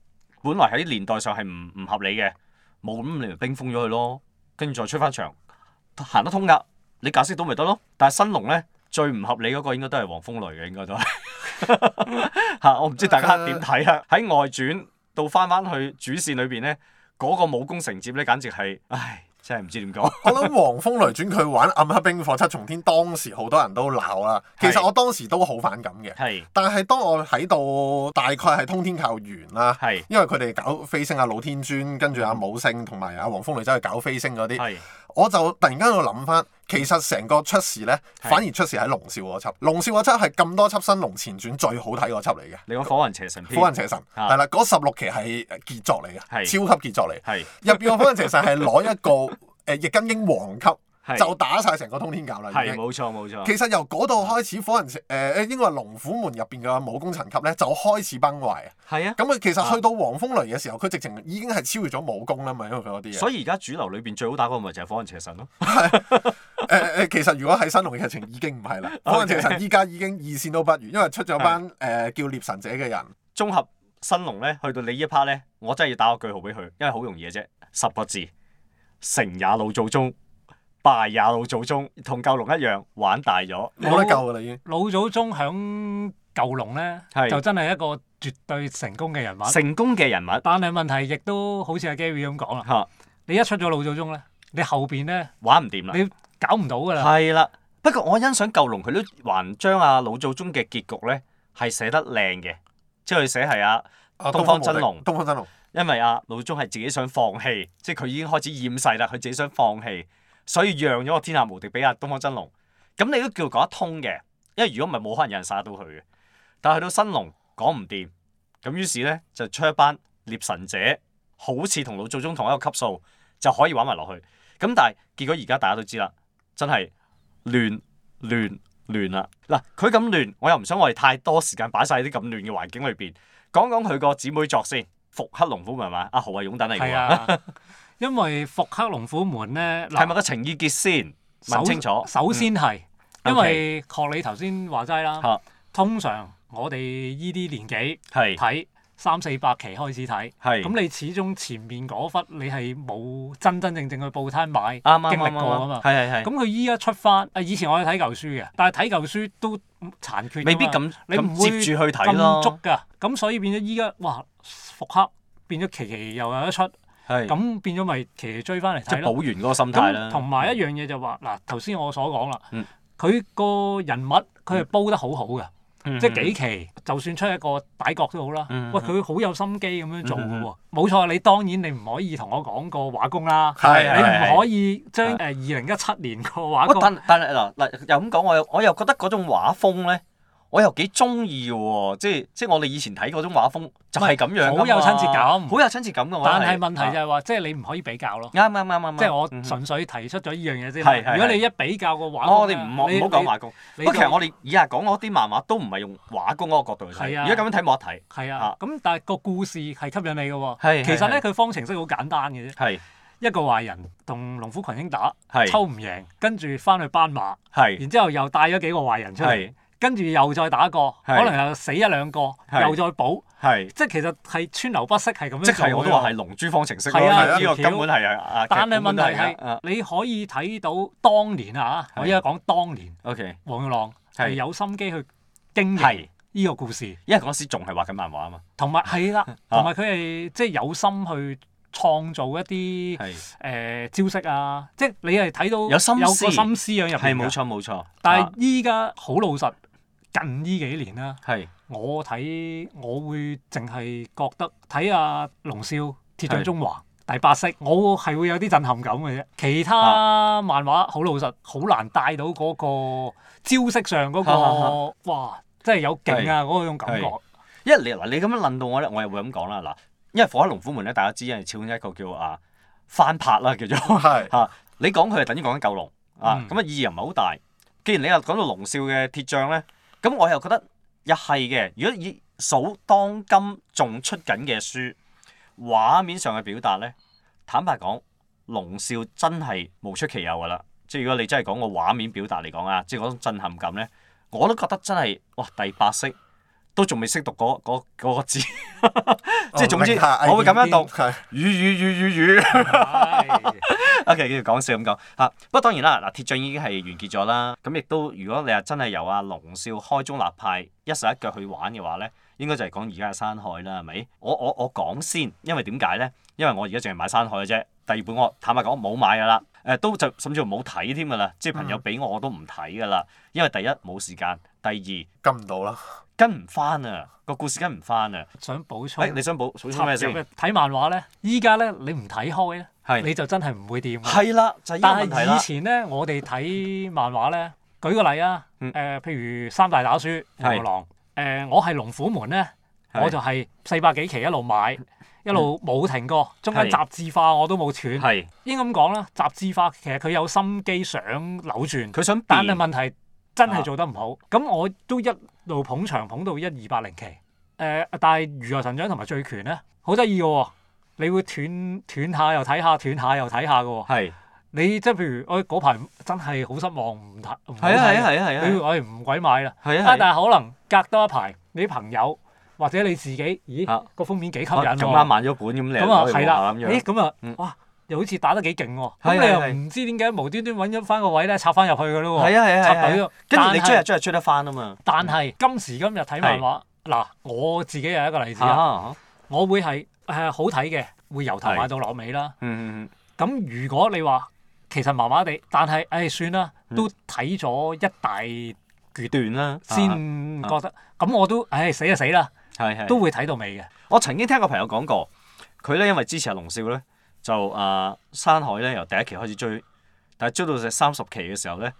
Speaker 1: 本來喺年代上係唔唔合理嘅，冇咁你咪冰封咗佢咯，跟住再出翻場，行得通㗎，你解釋到咪得咯。但係新龍咧最唔合理嗰個應該都係黃蜂雷嘅，應該都係 嚇，我唔知大家點睇啊？喺外傳到翻翻去主線裏邊咧，嗰、個武功承接咧，簡直係唉，真係唔知點講。
Speaker 3: 我諗《黃蜂雷傳》佢玩《暗黑冰火七重天》，當時好多人都鬧啦。其實
Speaker 1: 係
Speaker 3: 我當時都好反感嘅，
Speaker 1: 係
Speaker 3: 但係當我睇到大概係通天教完啦，
Speaker 1: 係
Speaker 3: 因為佢哋搞飛星啊、老天尊，跟住阿武聖同埋阿黃蜂雷走去搞飛星嗰啲，
Speaker 1: 係
Speaker 3: 我就突然間喺度諗翻，其實成個出事呢，
Speaker 1: 係
Speaker 3: 反而出事喺龍少嗰輯，龍少嗰輯係咁多輯新龍前傳最好睇嗰輯嚟嘅。
Speaker 1: 你講火雲邪神篇，
Speaker 3: 火雲邪神
Speaker 1: 啊
Speaker 3: 係啦，嗰十六期係傑作嚟嘅，
Speaker 1: 係
Speaker 3: 超級傑作嚟。
Speaker 1: 係
Speaker 3: 入邊個火雲邪神係 攞一個誒易筋經王級，
Speaker 1: 係
Speaker 3: 就打晒成個通天教啦已
Speaker 1: 係
Speaker 3: 經。
Speaker 1: 冇錯冇錯，
Speaker 3: 其實由嗰度開始，火雲邪誒應該話龍虎門入邊嘅武功層級咧就開始崩壞。
Speaker 1: 係啊。
Speaker 3: 咁佢其實去到黃蜂雷嘅時候，佢直情已經係超越咗武功啦嘛，因為佢嗰啲嘢。
Speaker 1: 所以而家主流裏邊最好打嗰個咪就係火雲邪神咯。
Speaker 3: 誒誒，其實如果喺新龍嘅劇情已經唔 係啦，火雲邪神依家已經二線都不如，因為出咗班誒叫獵神者嘅人。
Speaker 1: 綜合新龍咧，去到你依一 part 咧，我真係要打個句號俾佢，因為好容易嘅啫，十個字，成也老祖宗，敗也老祖宗，同舊龍一樣玩大咗，
Speaker 3: 冇得救噶啦已經。
Speaker 2: 老祖宗響舊龍咧
Speaker 1: 係，
Speaker 2: 就真係一個絕對成功嘅人物。
Speaker 1: 成功嘅人物
Speaker 2: 但係問題亦都好似阿 Gary 咁講啦，
Speaker 1: 嚇
Speaker 2: 你一出咗老祖宗咧，你後邊咧
Speaker 1: 玩唔掂啦，
Speaker 2: 你搞唔到㗎啦。
Speaker 1: 係啦。不過我欣賞舊龍，佢都還將阿老祖宗嘅結局咧係寫得靚嘅，即係佢寫係啊。
Speaker 3: 啊
Speaker 1: 東方真龍
Speaker 3: 東方真龍。
Speaker 1: 因為阿老宗係自己想放棄，即係佢已經開始厭世啦，佢自己想放棄，所以讓咗個天下無敵俾阿東方真龍。咁你都叫講得通嘅，因為如果唔係冇可能有人殺到佢嘅。但係去到新龍講唔掂，咁於是咧就出一班獵神者，好似同老祖宗同一個級數，就可以玩埋落去。咁但係結果而家大家都知啦，真係亂亂亂啦！嗱，佢咁亂，我又唔想我哋太多時間擺晒喺啲咁亂嘅環境裏邊。講講佢個姊妹作先，復刻龍虎門係嘛？阿豪係擁趸嚟嘅
Speaker 2: 係
Speaker 1: 喎，
Speaker 2: 啊，因為復刻龍虎門咧，
Speaker 1: 係咪個情意結先？問
Speaker 2: 首
Speaker 1: 清楚。嗯
Speaker 2: 首先係，因
Speaker 1: OK
Speaker 2: 為學你頭先話齋啦
Speaker 1: 嚇，
Speaker 2: 通常我哋依啲年紀
Speaker 1: 係
Speaker 2: 睇三四百期開始睇，
Speaker 1: 係
Speaker 2: 咁你始終前面嗰忽你係冇真真正正去報攤
Speaker 1: 啱
Speaker 2: 買
Speaker 1: 啱
Speaker 2: 經歷
Speaker 1: 啱
Speaker 2: 過啊
Speaker 1: 啱啱
Speaker 2: 嘛。
Speaker 1: 係係
Speaker 2: 咁
Speaker 1: 係，
Speaker 2: 佢依家出翻，啊以前我有睇舊書嘅，但係睇舊書都殘缺㗎嘛，
Speaker 1: 未必咁
Speaker 2: 你唔
Speaker 1: 咁
Speaker 2: 會
Speaker 1: 接住去睇
Speaker 2: 咁足
Speaker 1: 咯。
Speaker 2: 㗎，咁所以變咗依家哇復刻變咗期期又有得出，
Speaker 1: 係
Speaker 2: 咁變咗咪期期追翻嚟
Speaker 1: 即
Speaker 2: 睇
Speaker 1: 係
Speaker 2: 咯
Speaker 1: 補。完嗰個心態啦。
Speaker 2: 咁同埋一樣嘢就話嗱，頭先我所講啦
Speaker 1: 嗯，
Speaker 2: 佢個人物佢係煲得好好嘅，
Speaker 1: 樣
Speaker 2: 即係幾期就算出一個底角都好啦
Speaker 1: 嗯。
Speaker 2: 喂，佢好有心機咁樣做
Speaker 1: 嗯
Speaker 2: 嘅
Speaker 1: 嗯
Speaker 2: 喎，冇錯。你當然你唔可以同我講個畫工啦，
Speaker 3: 係
Speaker 2: 你
Speaker 3: 係
Speaker 1: 係
Speaker 2: 唔可以將誒二零一七年個畫
Speaker 1: 喂
Speaker 2: 工
Speaker 1: 但但係嗱嗱又咁講，我又我又覺得嗰種畫風咧，我又幾中意喎，即係即係我哋以前睇嗰種畫風就係咁樣㗎嘛
Speaker 2: 好有親切感
Speaker 1: 好有親切感㗎。我覺得
Speaker 2: 但係問題就係話，即係你唔可以比較咯。
Speaker 1: 啱啱啱啱啱，
Speaker 2: 即係我
Speaker 1: 啊嗯
Speaker 2: 純粹提出咗依樣嘢先
Speaker 1: 係係
Speaker 2: 啦。如果
Speaker 1: 係
Speaker 2: 你一比較個畫
Speaker 1: 哦
Speaker 2: 工
Speaker 1: 我哋
Speaker 2: 咧，
Speaker 1: 唔好
Speaker 2: 你
Speaker 1: 唔好講畫工，
Speaker 2: 你
Speaker 1: 不過其實
Speaker 2: 你
Speaker 1: 我哋以下講嗰啲漫畫都唔係用畫工嗰個角度去睇，
Speaker 2: 係啊
Speaker 1: 如果咁樣睇冇得睇。
Speaker 2: 係
Speaker 1: 啊
Speaker 2: 啊，咁但係個故事係吸引你嘅
Speaker 1: 係係
Speaker 2: 喎。其實咧，佢方程式好簡單嘅啫，
Speaker 1: 係
Speaker 2: 一個壞人同龍虎群英打，
Speaker 1: 係
Speaker 2: 抽唔贏，跟住翻去斑馬，
Speaker 1: 係
Speaker 2: 然之後又帶咗幾個壞人出嚟，
Speaker 1: 係
Speaker 2: 跟住又再打過，
Speaker 1: 係
Speaker 2: 可能又死一兩個，
Speaker 1: 係
Speaker 2: 又再補，
Speaker 1: 係，
Speaker 2: 即係其實係川流不息係咁樣
Speaker 1: 即
Speaker 2: 做
Speaker 1: 係我都話係
Speaker 2: 嘅。
Speaker 1: 龍珠方程式咯，
Speaker 2: 係啊
Speaker 1: 呢個
Speaker 2: 條橋
Speaker 1: 根本係啊啊，
Speaker 2: 但係
Speaker 1: 劇本
Speaker 2: 問
Speaker 1: 都
Speaker 2: 題
Speaker 1: 係啊
Speaker 2: 係
Speaker 1: 啊，
Speaker 2: 你可以睇到當年啊，
Speaker 1: 係
Speaker 2: 我依家講當年。
Speaker 1: OK
Speaker 2: 黃玉郎
Speaker 1: 係
Speaker 2: 係有心機去經
Speaker 1: 係
Speaker 2: 營呢個故事，
Speaker 1: 因為嗰時仲係畫緊漫畫啊嘛，
Speaker 2: 同埋係
Speaker 1: 啊
Speaker 2: 啦，同埋佢係即係有心去創造一啲誒、
Speaker 1: 係
Speaker 2: 招式啊，即係你係睇到
Speaker 1: 有心思
Speaker 2: 有個心思喺入
Speaker 1: 係
Speaker 2: 邊
Speaker 1: 冇
Speaker 2: 㗎。
Speaker 1: 錯冇錯，
Speaker 2: 但
Speaker 1: 啊
Speaker 2: 係依家好老實，近呢幾年啦，
Speaker 1: 係
Speaker 2: 我睇我會淨係覺得睇阿龍少《鐵
Speaker 1: 係
Speaker 2: 匠中華》。第八式，我係會有啲震撼感嘅啫。其他
Speaker 1: 啊
Speaker 2: 漫畫好老實，好難帶到嗰個招式上嗰、
Speaker 1: 哈哈
Speaker 2: 個，哇！真係有勁啊嗰種感覺。
Speaker 1: 因為你嗱，你咁樣論到我咧，我又會咁講啦嗱，因為《火喺龍虎門》咧，大家知因為始終一個叫啊翻拍啦，叫做
Speaker 3: 係
Speaker 1: 嚇你講佢係等於講緊九龍啊
Speaker 2: 嗯，
Speaker 1: 咁啊意義又唔係好大。既然你又講到龍少嘅鐵匠咧，咁我又覺得又係嘅。如果以數當今仲出緊嘅書，畫面上嘅表達咧，坦白講，龍少真係無出其右噶啦。即係如果你真係講個畫面表達嚟講啊，即係嗰種震撼感咧，我都覺得真係哇第八式都仲未識讀嗰嗰嗰個字， 即係總之
Speaker 3: 哦明白哎啊
Speaker 1: 我會咁樣讀。
Speaker 3: 係
Speaker 1: 雨雨雨雨雨。
Speaker 2: 係
Speaker 1: O.K. 繼續講笑咁講嚇，不過當然啦，嗱鐵匠已經係完結咗啦。咁亦都如果你係真係由阿龍少開宗立派一手一腳去玩嘅話咧，應該就係講而家嘅山海啦，係咪？我我我講先，因為點解咧？因為我而家淨係買山海嘅啫，第二本我坦白講冇買㗎啦。誒、都就甚至乎冇睇添㗎啦，即係朋友俾我我都唔睇㗎啦，因為第一冇時間，第二
Speaker 3: 跟唔到啦。
Speaker 1: 跟唔翻啊，個故事跟唔翻啊。
Speaker 2: 想補充
Speaker 1: 誒、。你想補補充咩
Speaker 2: 插入
Speaker 1: 先？
Speaker 2: 嘅睇漫畫咧，依家咧你唔睇開咧，
Speaker 1: 係
Speaker 2: 你就真係唔會掂嘅。
Speaker 1: 係啦，就係呢個
Speaker 2: 但
Speaker 1: 問題啦
Speaker 2: 係以。前咧，我哋睇漫畫咧，舉個例啊，誒、
Speaker 1: 嗯
Speaker 2: 譬如三大打書
Speaker 1: 係
Speaker 2: 牛郎，誒、我係龍虎門咧，
Speaker 1: 係嗯
Speaker 2: 我就係四百幾期一路買，一路冇停過，中間
Speaker 1: 係
Speaker 2: 雜誌化我都冇斷。
Speaker 1: 係
Speaker 2: 應該咁講啦，雜誌化其實佢有心機想扭轉，
Speaker 1: 佢想變
Speaker 2: 但係問題真係做得唔好。咁、我都一路捧場捧到一二百零期，誒、但係如來神掌同埋醉拳咧，好得意嘅喎，你會斷斷下又睇下，斷下又睇下嘅喎。
Speaker 1: 係
Speaker 2: 你即係譬如哎我嗰排真係好失望，唔睇唔好
Speaker 1: 係啊係啊
Speaker 2: 睇，
Speaker 1: 係啊係啊
Speaker 2: 你。我係唔鬼買啦。
Speaker 1: 係啊
Speaker 2: 啊，
Speaker 1: 係啊，
Speaker 2: 但係可能隔多一排，你啲朋友或者你自己，
Speaker 1: 啊
Speaker 2: 咦個封面幾吸引
Speaker 1: 咁
Speaker 2: 喎，
Speaker 1: 啱買咗本咁你又
Speaker 2: 咁啊
Speaker 1: 攞嚟
Speaker 2: 係啦，
Speaker 1: 望下咁
Speaker 2: 咦
Speaker 1: 樣，
Speaker 2: 咁啊
Speaker 1: 嗯
Speaker 2: 哇又好似打得幾勁喎，
Speaker 1: 係
Speaker 2: 咁
Speaker 1: 係
Speaker 2: 你
Speaker 1: 係
Speaker 2: 又唔知點解無端端揾咗翻個位咧插翻入去嘅咯喎，
Speaker 1: 係啊係啊
Speaker 2: 插
Speaker 1: 係啊
Speaker 2: 隊
Speaker 1: 係
Speaker 2: 咯
Speaker 1: 啊，跟住你
Speaker 2: 但係
Speaker 1: 追日追日追得翻啊嘛，
Speaker 2: 但係今時今日睇漫畫，嗱我自己有一個例子啊，
Speaker 1: 啊，
Speaker 2: 我會係誒好睇嘅，會由頭買到落尾啦。
Speaker 1: 嗯嗯
Speaker 2: 咁如果你話其實麻麻地，但係誒、唉算啦，都睇咗一大
Speaker 1: 嗯，段啦，
Speaker 2: 先
Speaker 1: 啊
Speaker 2: 覺得，咁、我都唉、死就死啦，
Speaker 1: 係係
Speaker 2: 都會睇到尾嘅。
Speaker 1: 我曾經聽個朋友講過，佢咧因為支持阿龍少咧，就啊山海咧由第一期開始追，但係追到第三十期嘅時候咧，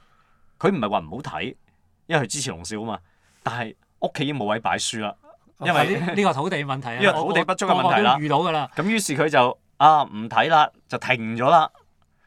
Speaker 1: 佢唔係話唔好睇，因為佢支持龍少啊嘛，但係屋企已經冇位擺書啦，因
Speaker 2: 但
Speaker 1: 為
Speaker 2: 呢呢個土地問題啊，
Speaker 1: 因為
Speaker 2: 我
Speaker 1: 土地不足嘅問題
Speaker 2: 我
Speaker 1: 啦
Speaker 2: 我都遇到㗎啦。
Speaker 1: 咁於是佢就啊唔睇啦，就停咗啦。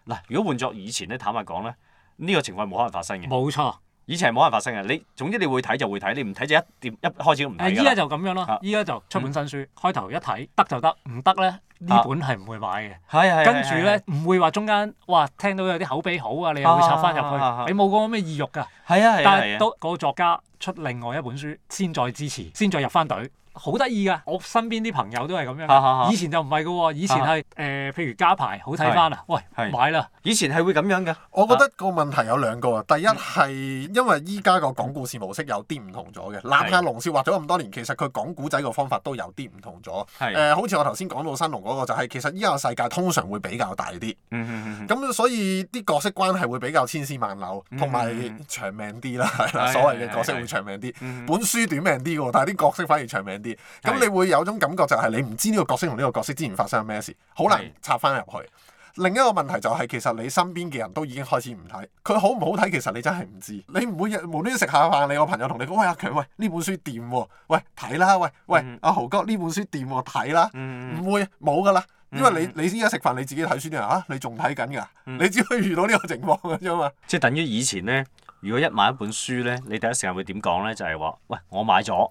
Speaker 1: 嗱，如果換作以前咧，坦白講咧，呢、個情況係冇可能發生嘅。
Speaker 2: 冇錯，
Speaker 1: 以前係冇可能發生嘅。你總之你會睇就會睇，你唔睇就一點一開始都唔
Speaker 2: 誒
Speaker 1: 睇㗎
Speaker 2: 依家
Speaker 1: 啦。
Speaker 2: 就咁樣
Speaker 1: 啊
Speaker 2: 咯，依家就出本新書，開頭一睇得就得，唔得咧呢本係唔會買嘅。
Speaker 1: 係啊係
Speaker 2: 跟住咧唔會話中間哇聽到有啲口碑好啊，你又會插翻入
Speaker 1: 啊啊啊啊
Speaker 2: 去，你冇嗰個咩意欲㗎。
Speaker 1: 係啊係啊
Speaker 2: 但
Speaker 1: 係
Speaker 2: 係
Speaker 1: 啊
Speaker 2: 都嗰個作家出另外一本書，先再支持，先再入翻隊，好得意噶！我身邊啲朋友都係咁
Speaker 1: 啊啊啊啊
Speaker 2: 樣，以前就唔係噶喎，以前係誒，譬如加牌好睇翻啊，喂
Speaker 1: 係
Speaker 2: 買啦，
Speaker 1: 以前係會咁樣㗎。
Speaker 3: 我覺得個問題有兩個啊，第一係因為依家個講故事模式有啲唔同咗嘅，哪怕龍少畫咗咁多年，其實佢講古仔個方法都有啲唔同咗。
Speaker 1: 係
Speaker 3: 誒、好似我頭先講到新龍嗰個就係、其實依家個世界通常會比較大啲，
Speaker 1: 嗯嗯嗯嗯
Speaker 3: 咁所以啲角色關係會比較千絲萬縷，同埋長命啲啦，係啦，
Speaker 1: 係
Speaker 3: 所謂嘅角色會長命啲。
Speaker 1: 嗯
Speaker 3: 本書短命啲喎，但係啲角色反而長命啲，
Speaker 1: 係
Speaker 3: 咁你會有種感覺就係你唔知呢個角色同呢個角色之前發生咩事，好難
Speaker 1: 係
Speaker 3: 插翻入去。另一個問題就係、其實你身邊嘅人都已經開始唔睇，佢好唔好睇其實你真係唔知，你唔會日無端端食下飯，你個朋友同你講喂阿強，喂呢本書掂喎，喂睇啦，喂喂
Speaker 1: 嗯
Speaker 3: 阿、豪哥呢本書掂喎睇啦，
Speaker 1: 嗯
Speaker 3: 唔會冇噶啦，因為
Speaker 1: 嗯
Speaker 3: 你你依家食飯你自己睇書啲人啊，你仲睇緊㗎，你只會遇到呢個情況㗎啫嘛。
Speaker 1: 即係等於以前咧，如果一買一本書咧，你第一時間會點講咧？就係話：喂，我買咗，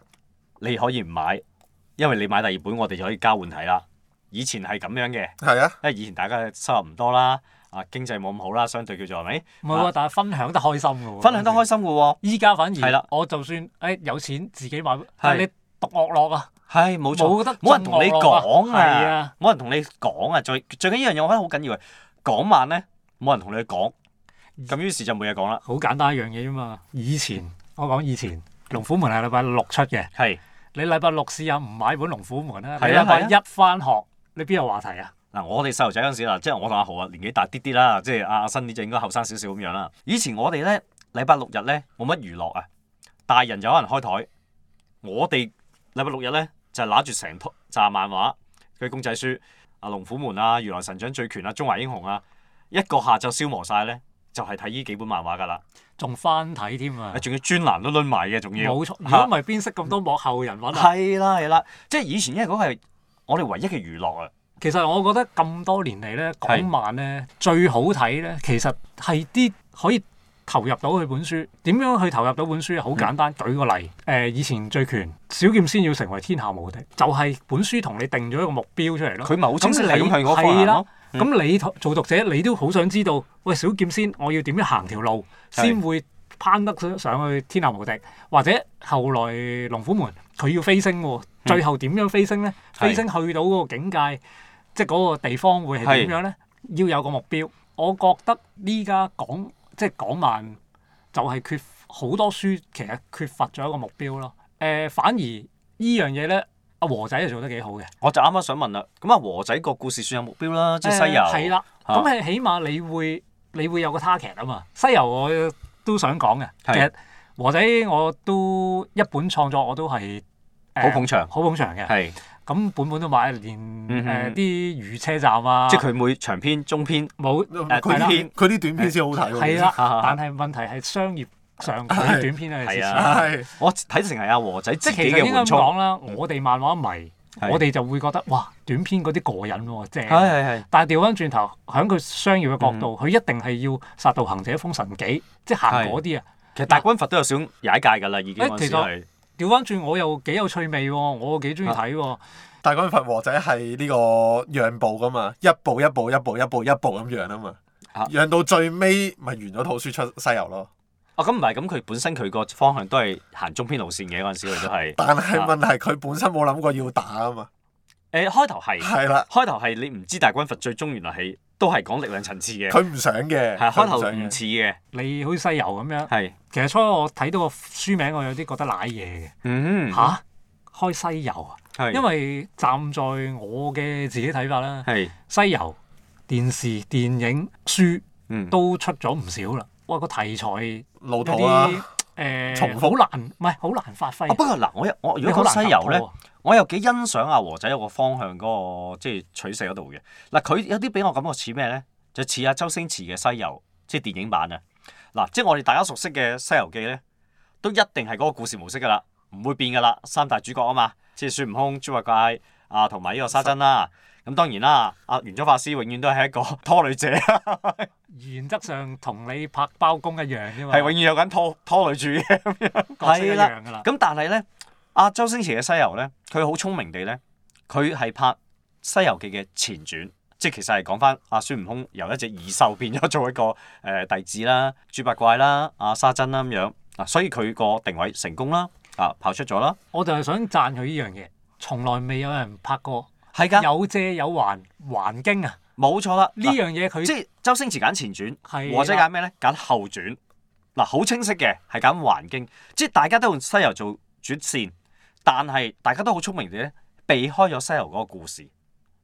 Speaker 1: 你可以唔買，因為你買第二本，我哋就可以交換睇啦。以前係咁樣嘅。
Speaker 3: 係啊，
Speaker 1: 因為以前大家收入唔多啦，啊經濟冇咁好啦，相對叫做係咪？
Speaker 2: 唔係
Speaker 1: 啊
Speaker 2: 喎，但係分享得開心嘅喎，
Speaker 1: 分享得開。心嘅喎，
Speaker 2: 依家反
Speaker 1: 係啦
Speaker 2: 而我就算誒有錢自己買，但係你讀樂樂啊，
Speaker 1: 係冇錯，
Speaker 2: 冇得
Speaker 1: 冇人同你講
Speaker 2: 係
Speaker 1: 啊
Speaker 2: 啊，
Speaker 1: 冇人同你講啊，最最緊要一樣嘢，我覺得好緊要嘅，港漫咧冇人同你講，咁於是就冇嘢講啦，
Speaker 2: 好簡單一樣嘢啫嘛。以前我講以前。龍虎門係禮拜六出嘅，
Speaker 1: 係
Speaker 2: 你禮拜六試下唔買本龍虎門啦，你
Speaker 1: 係啊
Speaker 2: 禮拜
Speaker 1: 係
Speaker 2: 一翻學，你邊有話題啊？
Speaker 1: 嗱，我哋細路仔嗰陣時啦，即係我同阿豪啊年紀大啲啲啦，即係阿阿新啲就應該後生少少咁樣啦。以前我哋咧禮拜六日咧冇乜娛樂啊，大人就可能開台，我哋禮拜六日咧就係揦住成套扎漫畫佢公仔書，啊龍虎門啊、如來神掌、醉拳啊、中華英雄啊，一個下晝消磨晒咧，就係睇呢幾本漫畫㗎啦，
Speaker 2: 仲翻睇添啊！
Speaker 1: 仲要專欄都攆埋嘅，仲要
Speaker 2: 冇錯，如
Speaker 1: 嚇
Speaker 2: 果唔係邊識咁多幕後人物啊？
Speaker 1: 係啦係啦，即係以前因為嗰個係我哋唯一嘅娛樂啊。
Speaker 2: 其實我覺得咁多年嚟咧，
Speaker 1: 係
Speaker 2: 港漫咧最好睇咧，其實係啲可以投入到佢本書。點樣去投入到本書？好
Speaker 1: 嗯
Speaker 2: 簡單，舉個例，誒、呃以前醉拳小劍先要成為天下無敵，就係、本書同你定咗一個目標出嚟咯。
Speaker 1: 佢咪好清晰
Speaker 2: 咁
Speaker 1: 係
Speaker 2: 你
Speaker 1: 咁去嗰方向
Speaker 2: 係啦
Speaker 1: 咯。嗯
Speaker 2: 咁你做讀者，你都好想知道，喂，小劍仙，我要點樣行條路
Speaker 1: 係
Speaker 2: 先會攀得上上去天下無敵？或者後來龍虎門佢要飛升喎，最後點樣飛升咧？
Speaker 1: 係
Speaker 2: 飛升去到嗰個境界，即係嗰個地方會係點樣咧？要有個目標。我覺得呢家港即係港漫就係缺好多書，其實缺乏咗一個目標咯。誒、反而呢樣嘢咧，阿和仔係做得幾好嘅。
Speaker 1: 我就啱啱想問啦，咁啊和仔個故事算有目標啦，即係西遊。
Speaker 2: 誒係啦，
Speaker 1: 嚇
Speaker 2: 咁係起碼你會你會有個 target 啊嘛。西遊我都想講嘅，
Speaker 1: 係
Speaker 2: 其實和仔我都一本創作我都係誒
Speaker 1: 好捧場
Speaker 2: 好捧場嘅。
Speaker 1: 係，
Speaker 2: 咁本本都買，連
Speaker 1: 嗯
Speaker 2: 誒啲魚車站啊，
Speaker 1: 即係佢每長篇、中篇，
Speaker 2: 冇
Speaker 3: 佢
Speaker 1: 係啦啊
Speaker 3: 啲佢啲短片先好睇喎。
Speaker 2: 係啦
Speaker 1: 嚇嚇。
Speaker 2: 但係問題係商業上佢
Speaker 3: 係
Speaker 2: 啲短片係
Speaker 1: 係
Speaker 2: 蝕
Speaker 1: 啊
Speaker 2: 錢
Speaker 3: 係
Speaker 1: 我睇成係阿和仔
Speaker 2: 即
Speaker 1: 自
Speaker 2: 係
Speaker 1: 己
Speaker 2: 其
Speaker 1: 嘅
Speaker 2: 實應該
Speaker 1: 緩
Speaker 2: 咁
Speaker 1: 衝。
Speaker 2: 講啦，我哋漫畫迷，
Speaker 1: 係
Speaker 2: 我哋就會覺得哇短篇嗰啲過癮喎，正
Speaker 1: 係。係嗯係。
Speaker 2: 但係調翻轉頭，喺佢商業嘅角度，佢、一定係要殺道行者、封神記，即係行嗰啲啊。
Speaker 1: 其實大軍閥都有少少踩界㗎啦，已經
Speaker 2: 誒
Speaker 1: 嗰陣時
Speaker 2: 其實
Speaker 1: 係啊
Speaker 2: 調翻轉我又幾有趣味喎，我幾中意睇喎。
Speaker 3: 大軍佛和仔係呢個讓步噶嘛，一步一步一步一步一步咁讓啊嘛
Speaker 1: 啊，
Speaker 3: 讓到最尾咪完咗套書出西遊咯。
Speaker 1: 哦，咁唔係，咁佢本身佢個方向都係行中篇路線嘅嗰陣時，佢都係
Speaker 3: 但係
Speaker 1: 啊
Speaker 3: 問題佢本身冇諗過要打啊嘛，
Speaker 1: 誒開頭係
Speaker 3: 係啦，
Speaker 1: 開頭係你唔知大軍閥最終原來係都係講力量層次嘅，
Speaker 3: 佢唔想嘅，
Speaker 1: 係
Speaker 3: 佢
Speaker 1: 開
Speaker 3: 唔
Speaker 1: 頭
Speaker 3: 想
Speaker 1: 唔
Speaker 3: 嘅，
Speaker 1: 似嘅，
Speaker 2: 你好似西遊咁樣，
Speaker 1: 係
Speaker 2: 其實初我睇到個書名，我有啲覺得賴嘢嘅
Speaker 1: 嗯
Speaker 2: 吓，開西遊啊！
Speaker 1: 係
Speaker 2: 因為站在我嘅自己睇法啦，
Speaker 1: 係
Speaker 2: 西遊電視、電影、書
Speaker 1: 嗯
Speaker 2: 都出咗唔少啦。哇，個題材有
Speaker 3: 老土啊啦、
Speaker 2: 啲誒
Speaker 3: 重
Speaker 2: 好
Speaker 3: 複
Speaker 2: 難，唔係好難發揮
Speaker 1: 啊不。過嗱，我又我如
Speaker 2: 你好
Speaker 1: 果講
Speaker 2: 難
Speaker 1: 西
Speaker 2: 突
Speaker 1: 遊
Speaker 2: 破
Speaker 1: 咧
Speaker 2: 啊，
Speaker 1: 我又幾欣賞阿和仔有個方向嗰、個即係取捨嗰度嘅。嗱，佢有啲俾我感覺似咩咧？就似阿周星馳嘅《西遊》，即係電影版啊。嗱，即係我哋大家熟悉嘅《西遊記》咧，都一定係嗰個故事模式㗎啦，唔會變㗎啦。三大主角啊嘛，即係孫悟空、豬八戒啊，同埋呢個沙僧啦。咁當然啦，阿玄奘法師永遠都係一個拖累者， 係
Speaker 2: 原則上同你拍包公一樣啫嘛，
Speaker 1: 永遠有緊拖拖累住嘅。
Speaker 2: 角色一
Speaker 1: 係啦
Speaker 2: 樣㗎啦。
Speaker 1: 咁但係咧，阿周星馳嘅《西遊》咧，佢好聰明地咧，佢係拍《西遊記》嘅前傳，即係其實係講翻阿孫悟空由一隻異獸變咗做一個誒、呃弟子啦、 豬八怪啦、阿、沙僧啦咁樣啊，所以佢個定位成功啦，啊跑出咗啦，
Speaker 2: 我就係想讚佢呢樣嘢，從來未有人拍過
Speaker 1: 係㗎，
Speaker 2: 有借有還還經啊！
Speaker 1: 冇錯啦，
Speaker 2: 呢
Speaker 1: 嗱
Speaker 2: 樣嘢佢
Speaker 1: 即係周星馳揀前傳，
Speaker 2: 係
Speaker 1: 或者
Speaker 2: 啦
Speaker 1: 揀咩咧？揀後傳。嗱，好清晰嘅係揀環境，即係大家都用西遊做主線，但係大家都好聰明地咧，避開咗西遊嗰個故事，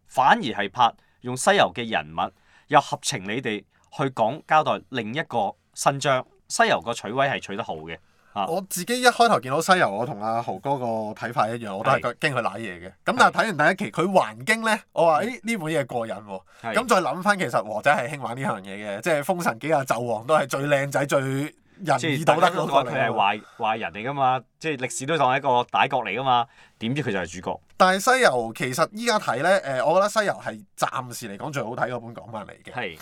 Speaker 1: 反而係拍用西遊嘅人物，又合情理地去講交代另一個新章。西遊個取位係取得好嘅，啊
Speaker 3: 我自己一開頭見到西遊，我同阿豪哥個睇法一樣，我都
Speaker 1: 係
Speaker 3: 係驚佢賴嘢嘅。咁但係睇完第一期佢還經咧，我話誒呢本嘢過癮喎。
Speaker 1: 嗯係
Speaker 3: 咁再諗翻，其實和仔係興玩呢樣嘢嘅，即係《封神記》啊、《紂王》都係最靚仔、最仁
Speaker 1: 即係
Speaker 3: 義
Speaker 1: 大
Speaker 3: 道德
Speaker 1: 家
Speaker 3: 嗰
Speaker 1: 都
Speaker 3: 個啊
Speaker 1: 覺
Speaker 3: 嚟
Speaker 1: 得佢係
Speaker 3: 㗎嘛。
Speaker 1: 壞壞人嚟噶嘛，即係歷史都當係一個歹角嚟噶嘛，點知佢就係主角，
Speaker 3: 但係《西遊》其實依家睇咧，誒、我覺得《西遊》係暫時嚟講最好睇嗰本港漫嚟嘅。
Speaker 1: 係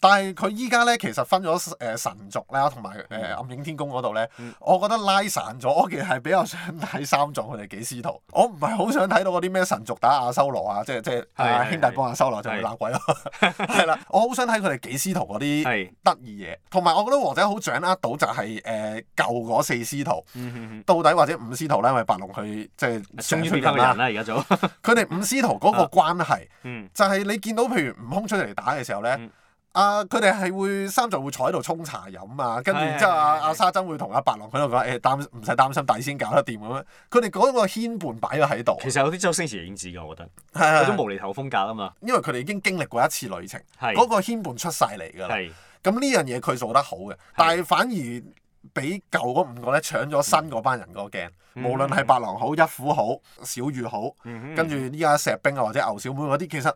Speaker 3: 但係佢依家咧，其實分咗誒、神族啦，同埋
Speaker 1: 嗯
Speaker 3: 誒暗影天宮嗰度咧，我覺得拉散咗。我其實係比較想睇三藏佢哋幾師徒，我唔係好想睇到嗰啲咩神族打阿修羅啊，即係即係
Speaker 1: 係
Speaker 3: 啊
Speaker 1: 係
Speaker 3: 兄弟幫阿修羅就會
Speaker 1: 係
Speaker 3: 鬧 鬼咯。係啦，我好想睇佢哋幾師徒嗰啲
Speaker 1: 係，
Speaker 3: 得意嘢，同埋我覺得和仔好掌握到就係、誒、舊嗰四師徒
Speaker 1: 嗯哼
Speaker 3: 到底或者五師徒咧，因為白龍佢即係
Speaker 1: 哼終於
Speaker 3: 成日
Speaker 1: 變
Speaker 3: 出
Speaker 1: 翻個人啊
Speaker 3: 人
Speaker 1: 啦，
Speaker 3: 啦。
Speaker 1: 而家就
Speaker 3: 佢哋五師徒嗰個關係，
Speaker 1: 嗯
Speaker 3: 就係你見到譬如悟空出嚟打嘅時候咧
Speaker 1: 嗯。
Speaker 3: 啊！佢哋係會三藏會坐喺度沖茶飲啊，跟住
Speaker 1: 係
Speaker 3: 然之後
Speaker 1: 係係
Speaker 3: 阿阿沙僧會同阿白龍喺度講誒擔唔使擔心，第先搞得掂咁樣。佢哋嗰個牽絆擺咗喺度，啊
Speaker 1: 其實有啲周星馳影子㗎，我覺得。
Speaker 3: 係
Speaker 1: 嗰
Speaker 3: 係
Speaker 1: 種無厘頭風格啊嘛，
Speaker 3: 因為佢哋已經經歷過一次旅程，
Speaker 1: 係
Speaker 3: 嗰個牽絆出晒嚟㗎啦。
Speaker 1: 係
Speaker 3: 咁呢樣嘢佢做得好嘅，但係反而俾舊嗰五個咧搶咗新嗰班人嗰個鏡，
Speaker 1: 嗯
Speaker 3: 無論係白狼好、一虎好、小雨好，
Speaker 1: 嗯
Speaker 3: 跟住依家石兵啊或者牛小妹嗰啲，其實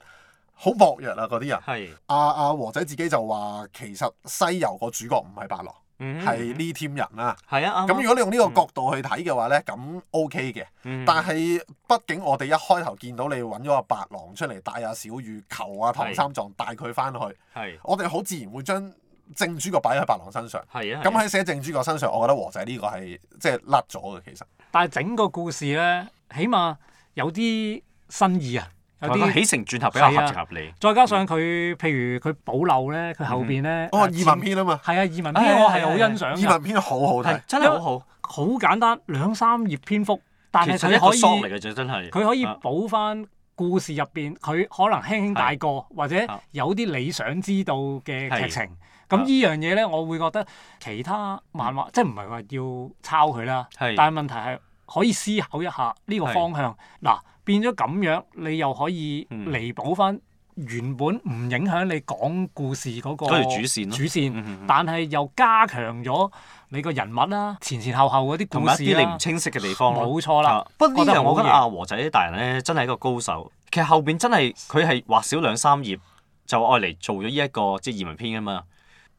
Speaker 3: 好薄弱啊嗰啲人。
Speaker 1: 係
Speaker 3: 阿阿和仔自己就話，其實西遊個主角唔係白狼，
Speaker 1: 嗯哼
Speaker 3: 係呢 team 人啦。
Speaker 1: 係啊，
Speaker 3: 咁
Speaker 1: 啱
Speaker 3: 如
Speaker 1: 啊
Speaker 3: 果你用呢個角度去睇嘅話咧，咁 OK 嘅。
Speaker 1: 嗯
Speaker 3: 但係畢竟我哋一開頭見到你揾咗個白狼出嚟帶阿小雨求阿唐三藏帶佢翻去，
Speaker 1: 係
Speaker 3: 我哋好自然會將正主角擺喺白狼身上。
Speaker 1: 係啊，
Speaker 3: 咁喺寫正主角身上，我覺得和仔呢個係即係甩咗嘅其實。
Speaker 2: 但係整個故事咧，起碼有啲新意啊，有
Speaker 1: 係
Speaker 2: 啲
Speaker 1: 起承轉合比較
Speaker 2: 係
Speaker 1: 合
Speaker 2: 啊
Speaker 1: 情合理。
Speaker 2: 再加上佢，譬如佢保留咧，佢後邊
Speaker 1: 嗯
Speaker 2: 咧，
Speaker 3: 哦，
Speaker 2: 誒
Speaker 3: 異文篇啊嘛，
Speaker 2: 係啊，異文
Speaker 1: 哎
Speaker 2: 篇
Speaker 1: 呀
Speaker 2: 我係好欣賞
Speaker 3: 異
Speaker 2: 㗎，
Speaker 3: 文篇好好睇
Speaker 1: 係。真係好好，
Speaker 2: 好簡單兩三頁篇幅，但
Speaker 1: 其
Speaker 2: 係
Speaker 1: 實一
Speaker 2: 佢
Speaker 1: 個
Speaker 2: 可
Speaker 1: song 嚟
Speaker 2: 以
Speaker 1: 嘅啫，真係
Speaker 2: 佢可以
Speaker 1: 啊
Speaker 2: 補翻故事入邊，佢可能輕輕大個或者
Speaker 1: 啊
Speaker 2: 有啲你想知道嘅劇情。咁
Speaker 1: 啊
Speaker 2: 呢樣嘢咧，我會覺得其他漫畫即係唔係話要抄佢啦，
Speaker 1: 嗯係
Speaker 2: 但係問題係可以思考一下呢個
Speaker 1: 係
Speaker 2: 方向。嗱，變咗咁樣，你又可以
Speaker 1: 嗯
Speaker 2: 彌補翻原本唔影響你講故事嗰個
Speaker 1: 嗰條主線咯
Speaker 2: 主線
Speaker 1: 嗯嗯嗯
Speaker 2: 但係又加強咗你個人物啦，前前後後嗰啲
Speaker 1: 同
Speaker 2: 故
Speaker 1: 埋
Speaker 2: 事
Speaker 1: 一啲你
Speaker 2: 啦
Speaker 1: 唔。清晰嘅地方咯
Speaker 2: 冇錯啦
Speaker 1: 啊不過呢
Speaker 2: 覺得
Speaker 1: 樣我覺得
Speaker 2: 好嘢
Speaker 1: 阿和仔大人咧真係一個高手。其實後邊真係佢係畫少兩三頁就愛嚟做咗呢一個即係移民篇啊嘛，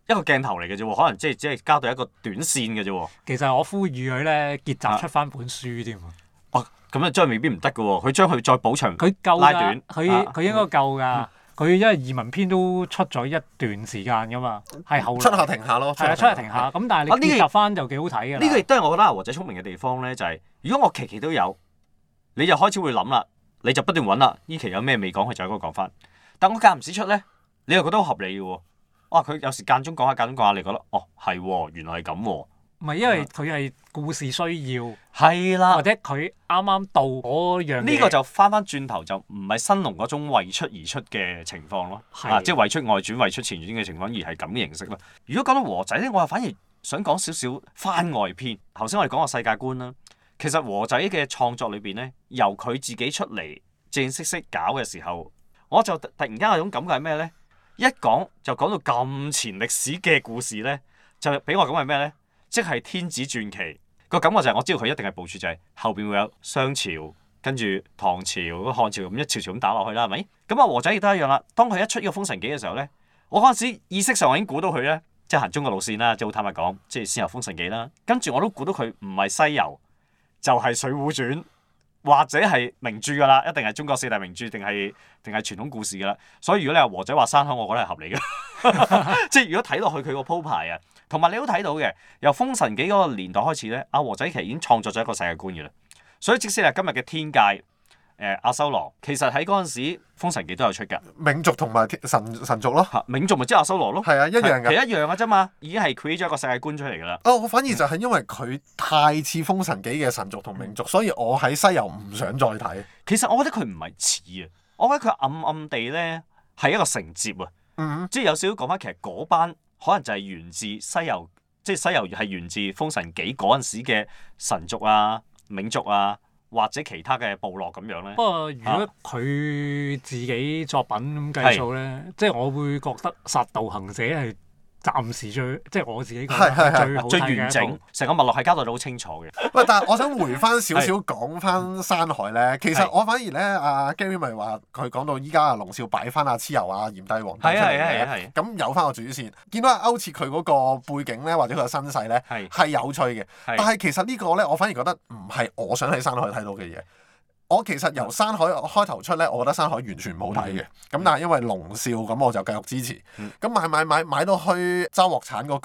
Speaker 1: 一個鏡頭嚟嘅啫喎，可能即係只係交代一個短線嘅啫喎。
Speaker 2: 其實我呼籲佢咧結
Speaker 1: 啊
Speaker 2: 集出翻本書添啊，
Speaker 1: 哇！咁啊，真係未必唔得嘅喎，佢將佢再補長，
Speaker 2: 佢夠
Speaker 1: 拉短
Speaker 2: 㗎，佢
Speaker 1: 啊
Speaker 2: 佢應該夠㗎。佢因為移民篇都出咗一段時間㗎嘛，係後
Speaker 3: 出
Speaker 2: 來
Speaker 3: 下停下咯，
Speaker 2: 係啊出嚟停下。咁但
Speaker 1: 啊
Speaker 2: 係
Speaker 1: 呢
Speaker 2: 你
Speaker 1: 個
Speaker 2: 結集翻就幾好睇㗎啦。
Speaker 1: 呢個亦都係我覺得阿和仔聰明嘅地方咧，就係、如果我期期都有，你就開始會諗啦，你就不斷揾啦，呢期有咩未講，佢就喺嗰度講翻。但我間唔時出咧，你又覺得好合理嘅喎。哇！佢有時間中講下間中講下，你覺得哦係喎，原來係咁喎。
Speaker 2: 唔係因為
Speaker 1: 啊
Speaker 2: 佢係故事需要，
Speaker 1: 係啦
Speaker 2: 或，者佢啱啱到嗰樣嘢
Speaker 1: 啊呢個就翻翻轉頭就唔係新龍嗰種為出而出嘅情況咯，
Speaker 2: 係
Speaker 1: 啊，即係為出外轉、為出前轉嘅情況，而係咁嘅形式咯。如果講到和仔咧，我又反而想講少少番外篇。頭先我哋講個世界觀啦，其實和仔嘅創作裏邊咧，由佢自己出嚟正式式搞嘅時候，我就突突然間有種感覺係咩咧？一講就講到咁前歷史嘅故事咧，就俾我感覺係咩咧？即係天子傳奇個感覺就係我知道佢一定係部署就係後邊會有商朝，跟住唐朝、漢朝咁一朝朝咁打落去啦，係咪？咁啊和仔亦都一樣啦。當佢一出呢個《封神記》嘅時候咧，我嗰陣時意識上我已經估到佢咧，即係行中國路線啦，即係好坦白講，即係先有《封神記》啦，跟住我都估到佢唔係西遊，就係、水滸傳》。或者係名著㗎啦，一定係中國四大名著，定係定係傳統故事㗎啦。所以如果你話和仔畫山口，我覺得係合理嘅， 即係如果睇落去佢個鋪排啊，同埋你都睇到嘅，由《封神紀》嗰個年代開始咧，阿和仔其實已經創作咗一個世界觀嘅啦。所以即使係今日嘅天界，誒、阿修羅，其實喺嗰陣時《封神紀》都有出㗎。
Speaker 3: 冥族同埋神神族咯，
Speaker 1: 嚇，冥族咪即係阿修羅咯，
Speaker 3: 係啊，一樣
Speaker 1: 其
Speaker 3: 㗎。
Speaker 1: 實一樣嘅啫嘛，已經係 create 咗一個世界觀出嚟㗎啦。
Speaker 3: 哦，我反而就係因為佢太似《封神記》嘅神族同冥族，所以我喺西遊唔想再睇。
Speaker 1: 其實我覺得佢唔係似啊，我覺得佢暗暗地咧係一個承接啊。
Speaker 3: 嗯，
Speaker 1: 即係有少少講翻，其實嗰班可能就係源自西遊，即係西遊係源自《封神紀》嗰陣時嘅神族啊、冥族啊，或者其他嘅部落咁樣咧
Speaker 2: 不。過如
Speaker 1: 啊
Speaker 2: 果佢自己作品咁計數咧，即係我會覺得《殺道行者》係暫時最，即係我自己覺得
Speaker 3: 係係係
Speaker 2: 係最好
Speaker 1: 啊最
Speaker 2: 睇嘅一
Speaker 1: 完整
Speaker 2: 套，
Speaker 1: 成個脈絡係交代得好清楚嘅。
Speaker 3: 喂，但係我想回翻少少講翻山海咧，其實
Speaker 1: 係
Speaker 3: 我反而咧，阿 Gary 咪話佢講到依家阿龍少擺翻阿蚩尤啊、炎帝王帝出
Speaker 1: 係啊
Speaker 3: 嚟
Speaker 1: 係啊係啊
Speaker 3: 嘅，
Speaker 1: 係啊
Speaker 3: 咁有翻個主線，見到阿歐切佢嗰個背景咧，或者佢嘅身世咧，
Speaker 1: 係
Speaker 3: 係有趣嘅。但
Speaker 1: 係
Speaker 3: 係其實呢個咧，我反而覺得唔係我想喺山海睇到嘅嘢。我其實
Speaker 1: 嗯
Speaker 3: 由山海開頭出咧，我覺得山海完全唔好睇嘅。咁、但係因為龍少咁，我就繼續支持。咁、
Speaker 1: 嗯
Speaker 3: 買買買買到去周鑊產嗰、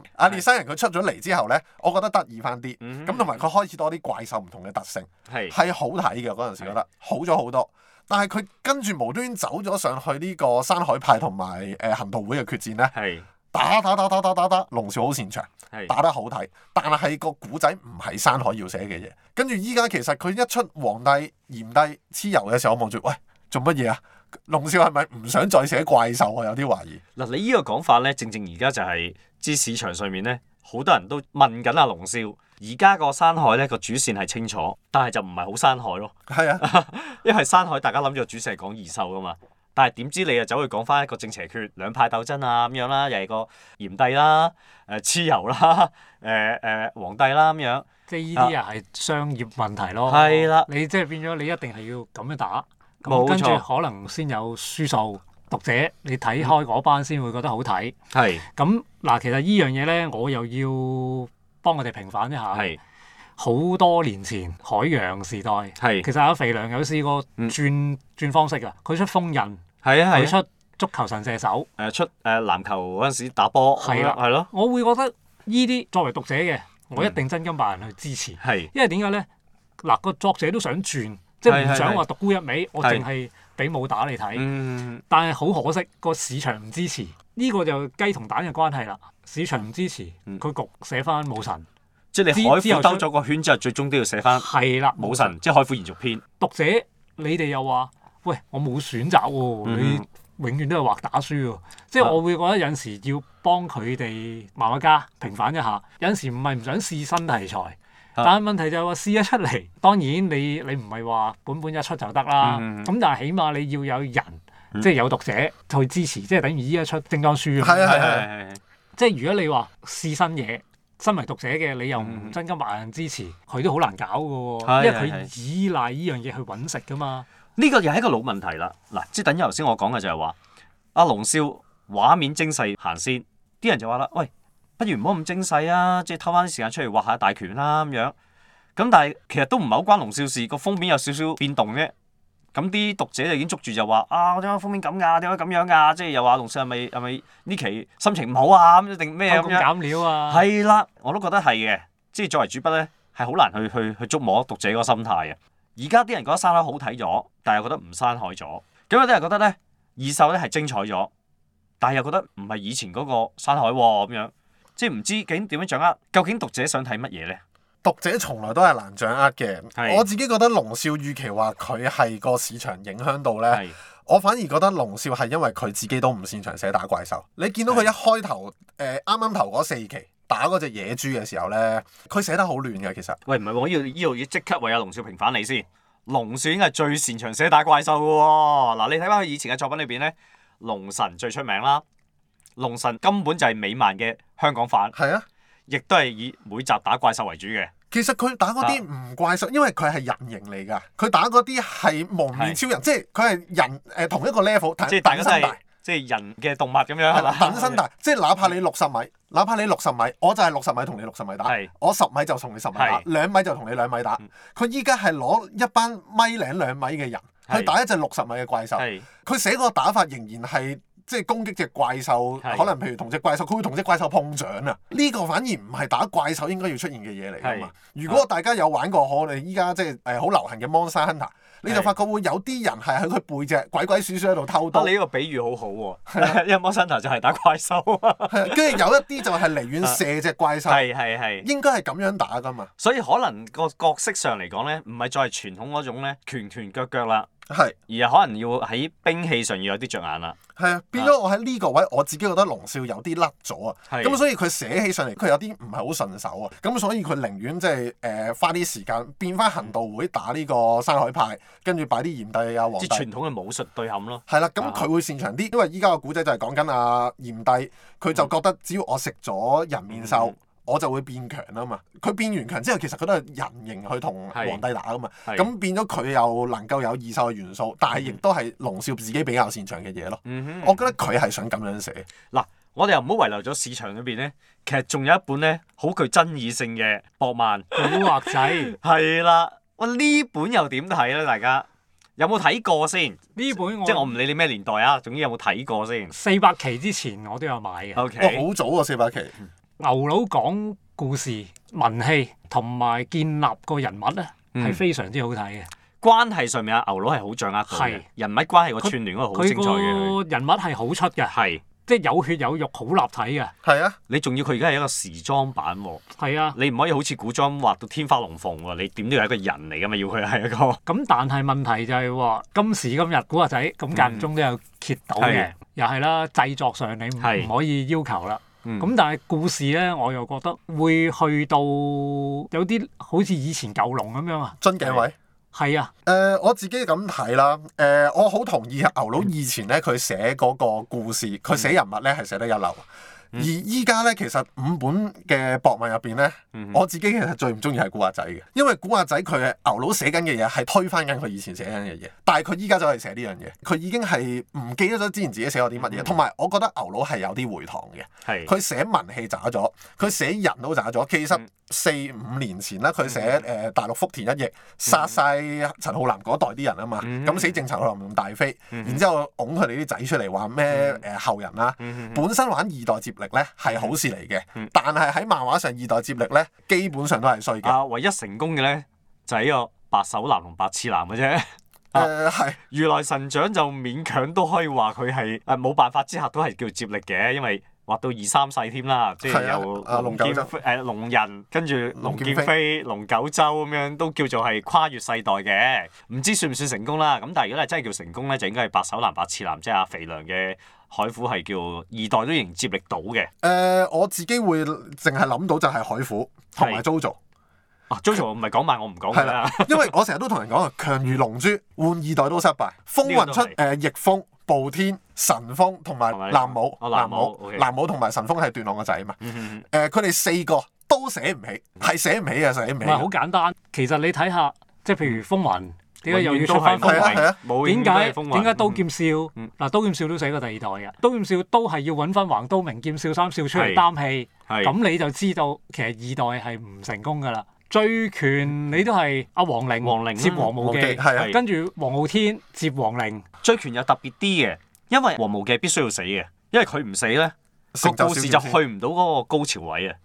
Speaker 3: 個阿列西人，佢出咗嚟之後咧，我覺得得意翻啲。
Speaker 1: 嗯
Speaker 3: 咁同埋佢開始多啲怪獸唔同嘅特性，
Speaker 1: 係
Speaker 3: 係好睇嘅嗰陣時覺得好咗好多。但係佢跟住無端端走咗上去呢個山海派同埋誒行道會嘅決戰咧，
Speaker 1: 係
Speaker 3: 打打打打打打打，龍少好擅長。
Speaker 1: 係
Speaker 3: 打得好睇，但係個古仔唔係山海要寫嘅嘢。跟住依家其實佢一出皇帝、炎帝、蚩尤嘅時候，我望住喂做乜嘢啊？龍少係咪唔想再寫怪獸啊？有啲懷疑。
Speaker 1: 嗱，你呢個講法咧，正正而家就係即市場上面咧，好多人都問緊阿龍少，而家個山海咧個主線係清楚，但係就唔係好山海咯。
Speaker 3: 係啊，
Speaker 1: 因為山海大家諗住主線係講異獸噶嘛，但係點知你又走去講翻一個正邪決兩派鬥爭啊咁樣啦，又係個炎帝啦、誒蚩尤啦、 誒、誒、皇帝啦咁樣，
Speaker 2: 即係呢啲又係商業問題咯。
Speaker 1: 啊係啦
Speaker 2: 你即係變咗你一定係要咁樣打，
Speaker 1: 冇錯
Speaker 2: 咁跟住可能先有輸數。讀者你睇開嗰班先會覺得好睇。
Speaker 1: 係
Speaker 2: 咁嗱，其實呢樣嘢咧，我又要幫我哋平反一下。
Speaker 1: 係
Speaker 2: 好多年前海洋時代，
Speaker 1: 係
Speaker 2: 其實阿肥良有試過
Speaker 1: 嗯
Speaker 2: 轉、轉方式㗎，佢出封印，
Speaker 1: 係啊係啊，
Speaker 2: 佢出足球神射手，
Speaker 1: 誒出誒籃球嗰陣時打波
Speaker 2: 係啦
Speaker 1: 係咯，
Speaker 2: 我會覺得呢啲作為讀者嘅，我一
Speaker 1: 嗯
Speaker 2: 定真金白銀去支持，
Speaker 1: 係
Speaker 2: 因為點解咧？嗱，個作者都想轉，即係
Speaker 1: 係係
Speaker 2: 唔想
Speaker 1: 係
Speaker 2: 話獨沽一味，我
Speaker 1: 係
Speaker 2: 淨係俾武打你睇。
Speaker 1: 嗯
Speaker 2: 但係好可惜，個市場唔支持，呢、個就雞同蛋嘅關係啦。市場唔支持，
Speaker 1: 嗯
Speaker 2: 佢局寫翻武神，
Speaker 1: 即係你海
Speaker 2: 之之後
Speaker 1: 虎兜咗個圈之後，最終都要寫翻
Speaker 2: 係啦，
Speaker 1: 啊武神，即係海虎延續篇。
Speaker 2: 讀者，你哋又話：喂，我冇選擇喎、
Speaker 1: 嗯
Speaker 2: 你永遠都係畫打輸喎。即係
Speaker 1: 啊
Speaker 2: 我會覺得有陣時要幫佢哋漫畫家平反一下。有陣時唔係唔想試新題材，
Speaker 1: 啊
Speaker 2: 但係問題就係話試咗出嚟，當然你你唔係話本本一出就得啦。咁、
Speaker 1: 嗯嗯
Speaker 2: 但係起碼你要有人。即係有讀者去支持，即係等於依一出精裝書咁。
Speaker 3: 係
Speaker 1: 係
Speaker 3: 啊
Speaker 1: 係係係
Speaker 2: 即係如果你話試新嘢，身為讀者嘅你又唔
Speaker 1: 嗯
Speaker 2: 真金白銀支持，佢都好難搞
Speaker 1: 係
Speaker 2: 嘅喎，因為
Speaker 1: 係
Speaker 2: 佢依賴依樣嘢去揾食噶嘛。
Speaker 1: 呢個又係一個老問題啦。嗱，即係等於頭先我講嘅就係話，阿龍少畫面精細行先，啲人就話啦，喂，不如唔好咁精細啊，即係偷翻啲時間出嚟畫下大拳啦咁樣。咁但係其實都唔係好關龍少事，個封面有少少變動啫。咁啲讀者就已經捉住就話啊，點解封面咁㗎？點解咁樣㗎？即係又話龍少係咪係咪呢期心情唔好啊？咁定咩
Speaker 2: 偷
Speaker 1: 咁
Speaker 2: 工
Speaker 1: 樣？
Speaker 2: 減料啊，
Speaker 1: 係啦，我都覺得係嘅，即係作為主筆咧，係好難去去去捉摸讀者個心態嘅。而家啲人覺得山海好睇咗，但係又覺得唔山海咗。咁有啲人覺得咧，二秀咧係精彩咗，但係又覺得唔係以前嗰個山海喎咁樣，即係唔知究竟點樣掌握，究竟讀者想睇乜嘢咧？
Speaker 3: 讀者從來都係難掌握嘅。
Speaker 1: 係
Speaker 3: 我自己覺得龍少預期話佢係個市場影響到呢。
Speaker 1: 係
Speaker 3: 我反而覺得龍少係因為佢自己都唔擅長寫打怪獸。你見到佢一開頭誒啱啱頭嗰四期打嗰隻野豬嘅時候呢，佢寫得好亂嘅其實。
Speaker 1: 喂，唔係喎，我呢度呢度要即刻為阿龍少平反你先。龍少應該係最擅長寫打怪獸嘅喎。嗱，你睇翻佢以前嘅作品裏邊咧，《龍神》最出名啦，《龍神》根本就係美漫嘅香港版。
Speaker 3: 係啊，
Speaker 1: 亦都係以每集打怪獸為主嘅。
Speaker 3: 其實佢打嗰啲唔怪獸，因為佢係人形嚟㗎。佢打嗰啲係蒙面超人，即係佢係人誒、呃同一個 level，但
Speaker 1: 即係
Speaker 3: 係
Speaker 1: 大家
Speaker 3: 等
Speaker 1: 都
Speaker 3: 身大
Speaker 1: 係。即係人嘅動物咁樣
Speaker 3: 係
Speaker 1: 係
Speaker 3: 啦
Speaker 1: 嘛？
Speaker 3: 等身大，即係哪怕你六十米，哪怕你六十米，我就係六十米同你六十米打
Speaker 1: 係，
Speaker 3: 我十米就同你十米打
Speaker 1: 係，
Speaker 3: 兩米就同你兩米打
Speaker 1: 嗯。
Speaker 3: 佢依家係攞一班米零兩米嘅人
Speaker 1: 係
Speaker 3: 去打一隻六十米嘅怪獸，
Speaker 1: 係
Speaker 3: 佢寫個打法仍然係。即係攻擊隻怪獸，
Speaker 1: 係
Speaker 3: 可能譬如同隻怪獸，佢會同隻怪獸碰撞啊！呢、個反而唔係打怪獸應該要出現嘅嘢嚟㗎嘛。如果大家有玩過我哋依家即係誒好流行嘅 Monster Hunter，你就
Speaker 1: 係
Speaker 3: 發覺會有啲人係喺佢背脊鬼鬼祟祟喺度偷刀
Speaker 1: 啊！。你呢個比喻好好
Speaker 3: 啊
Speaker 1: 喎，因為 Monster 就係打怪獸啊。
Speaker 3: 係啊跟住有一啲就係離遠射隻怪獸，
Speaker 1: 係係係，
Speaker 3: 應該係咁樣打噶嘛。
Speaker 1: 所以可能個角色上嚟講咧，唔係再係傳統嗰種咧拳拳腳腳啦，
Speaker 3: 係
Speaker 1: 而係可能要喺兵器上要有啲着眼啦。
Speaker 3: 係啊，變咗我喺呢個位，我自己覺得龍少有啲甩咗啊。
Speaker 1: 係
Speaker 3: 咁所以佢寫起上嚟，佢有啲唔係好順手啊。咁所以佢寧願即係誒花啲時間變翻行道會打呢個山海派，跟住擺啲炎帝啊、黃
Speaker 1: 即
Speaker 3: 帝
Speaker 1: 係。啊傳統嘅武術對冚咯。
Speaker 3: 係啦，咁佢會擅長啲，因為依家個古仔就係講緊阿炎帝，佢就覺得只要我食咗人面獸，
Speaker 1: 嗯
Speaker 3: 我就會變強啊嘛。佢變完強之後，其實佢都係人形去同
Speaker 1: 係
Speaker 3: 皇帝打啊噶嘛。
Speaker 1: 係
Speaker 3: 咁變咗佢又能夠有二手嘅元素，但係亦都係龍少自己比較擅長嘅嘢咯。
Speaker 1: 嗯
Speaker 3: 我
Speaker 1: 哼，
Speaker 3: 覺得佢係想咁樣寫，
Speaker 1: 嗱，我哋又唔好遺留咗市場裏邊咧，其實仲有一本咧好具爭議性嘅博漫。
Speaker 2: 古惑 仔呢
Speaker 1: 係啦，哇！呢本又點睇咧？大家有冇睇過先？
Speaker 2: 本
Speaker 1: 即係我
Speaker 2: 我
Speaker 1: 唔理你咩年代啊，總之有冇睇過先
Speaker 2: 四百期之前我都有買嘅。
Speaker 1: ？O
Speaker 3: 哇
Speaker 1: K，
Speaker 3: 好早啊四百期，
Speaker 2: 牛佬講故事、文氣同埋建立個人物咧，
Speaker 1: 嗯
Speaker 2: 係非常之好睇嘅。
Speaker 1: 關係上面啊，牛佬係好掌握到嘅
Speaker 2: 係
Speaker 1: 人物關係個串聯嗰個好
Speaker 2: 佢
Speaker 1: 精彩嘅，
Speaker 2: 個人物係好出嘅，
Speaker 1: 係
Speaker 2: 即係有血有肉，好立體嘅。
Speaker 3: 係啊，
Speaker 1: 你仲要佢而家係一個時裝版喎，
Speaker 2: 係啊，
Speaker 1: 你唔可以好似古裝畫到天花龍鳳喎，你點都要係一個人嚟㗎嘛，要佢係一個
Speaker 2: 咁但係問題就係話，今時今日古惑仔咁間唔中都有揭到嘅，
Speaker 1: 係
Speaker 2: 又係啦，製作上你唔
Speaker 1: 係嗯
Speaker 2: 唔可以要求啦。嗯咁、
Speaker 1: 咁
Speaker 2: 但係故事咧，我又覺得會去到有啲好似以前舊龍咁樣啊，
Speaker 3: 樽頸位。
Speaker 2: 係啊，
Speaker 3: 誒、我自己咁睇啦，誒、我好同意牛佬以前咧佢寫嗰個故事，佢寫人物咧係寫得一流。
Speaker 1: 嗯
Speaker 3: 而依家咧，其實五本嘅博物入邊咧，
Speaker 1: 嗯哼
Speaker 3: 我自己其實最唔中意係古惑仔嘅，因為古惑仔佢係牛佬寫緊嘅嘢係推翻緊佢以前寫緊嘅嘢，但係佢依家就係寫呢樣嘢，佢已經係唔記得咗之前自己寫過啲乜嘢，
Speaker 1: 嗯
Speaker 3: 同埋我覺得牛佬係有啲回堂嘅。
Speaker 1: 係
Speaker 3: 佢寫文氣渣咗，佢寫人都渣咗。其實
Speaker 1: 嗯
Speaker 3: 四五年前啦，佢寫誒、呃大陸福田一役殺晒陳浩南嗰代啲人啊嘛，
Speaker 1: 嗯
Speaker 3: 咁、死剩陳浩南同大飛，
Speaker 1: 嗯
Speaker 3: 然之後拱佢哋啲仔出嚟話咩誒後人啦、
Speaker 1: 嗯哼
Speaker 3: 本身玩二代接力咧係好事嚟嘅，
Speaker 1: 嗯
Speaker 3: 但係喺漫畫上二代接力咧基本上都係衰嘅。誒係、
Speaker 1: 啊，唯一成功嘅咧就係呢個白手男同白痴男嘅啫。啊如來神掌就勉強都可以話佢係誒冇辦法之下都係叫接力嘅，因為畫到二三世添啦，即係
Speaker 3: 係啊
Speaker 1: 有
Speaker 3: 啊龍九
Speaker 1: 劍
Speaker 3: 州
Speaker 1: 飛誒龍人，跟住龍劍
Speaker 3: 龍劍
Speaker 1: 飛、龍九州咁樣都叫做係跨越世代嘅，唔知算唔算成功啦？咁但係如果你真係叫成功咧，就應該係白手男、白痴男，即係阿肥良嘅海虎係叫二代都仍接力到
Speaker 3: 啊
Speaker 1: 嘅。
Speaker 3: 誒我自己會淨係諗到就係海虎同
Speaker 1: 係
Speaker 3: 埋 JoJo。
Speaker 1: 啊，Jojo 唔係講埋我唔講㗎
Speaker 3: 係
Speaker 1: 啦
Speaker 3: 啦，因為我成日都同人講啊，強如龍珠，換二代都失敗。風雲出
Speaker 1: 呢個
Speaker 3: 誒逆風、暴天、神風同埋
Speaker 1: 同埋
Speaker 3: 南武、
Speaker 1: 哦
Speaker 3: 南
Speaker 1: 南武
Speaker 3: 武、
Speaker 1: OK
Speaker 3: 南武同埋神風係段浪個仔嘛。
Speaker 1: 嗯嗯嗯
Speaker 3: 誒，佢哋四個都寫唔起，係寫唔起嘅，寫唔
Speaker 2: 唔
Speaker 3: 起
Speaker 1: 啊
Speaker 3: 啊
Speaker 2: 係好
Speaker 3: 嘅。
Speaker 2: 簡單。其實你睇下，即係譬如風雲，點解又
Speaker 1: 嗯
Speaker 2: 要
Speaker 1: 永遠都
Speaker 2: 出翻
Speaker 1: 係
Speaker 2: 風
Speaker 3: 係啊
Speaker 2: 雲？
Speaker 3: 係啊
Speaker 1: 冇
Speaker 2: 點
Speaker 1: 永遠都
Speaker 2: 解
Speaker 1: 係風雲
Speaker 2: 點解刀劍笑
Speaker 1: 嗯
Speaker 2: 嗱刀劍笑都寫過第二代嘅，刀劍笑都係要揾翻橫刀明劍笑三笑出
Speaker 1: 係
Speaker 2: 嚟擔戲，
Speaker 1: 係
Speaker 2: 咁你就知道其實二代係唔成功噶啦。醉拳你都係阿黃陵
Speaker 1: 王陵啦啊
Speaker 2: 接黃無
Speaker 3: 無
Speaker 2: 忌
Speaker 3: 忌，係啊
Speaker 1: 係
Speaker 2: 跟住黃傲天接黃陵，
Speaker 1: 追拳又特別啲嘅，因為黃無忌必須要死嘅，因為佢唔死咧，個
Speaker 3: 成就
Speaker 1: 故事
Speaker 3: 少
Speaker 1: 就
Speaker 3: 少先
Speaker 1: 去唔到嗰個高潮位啊。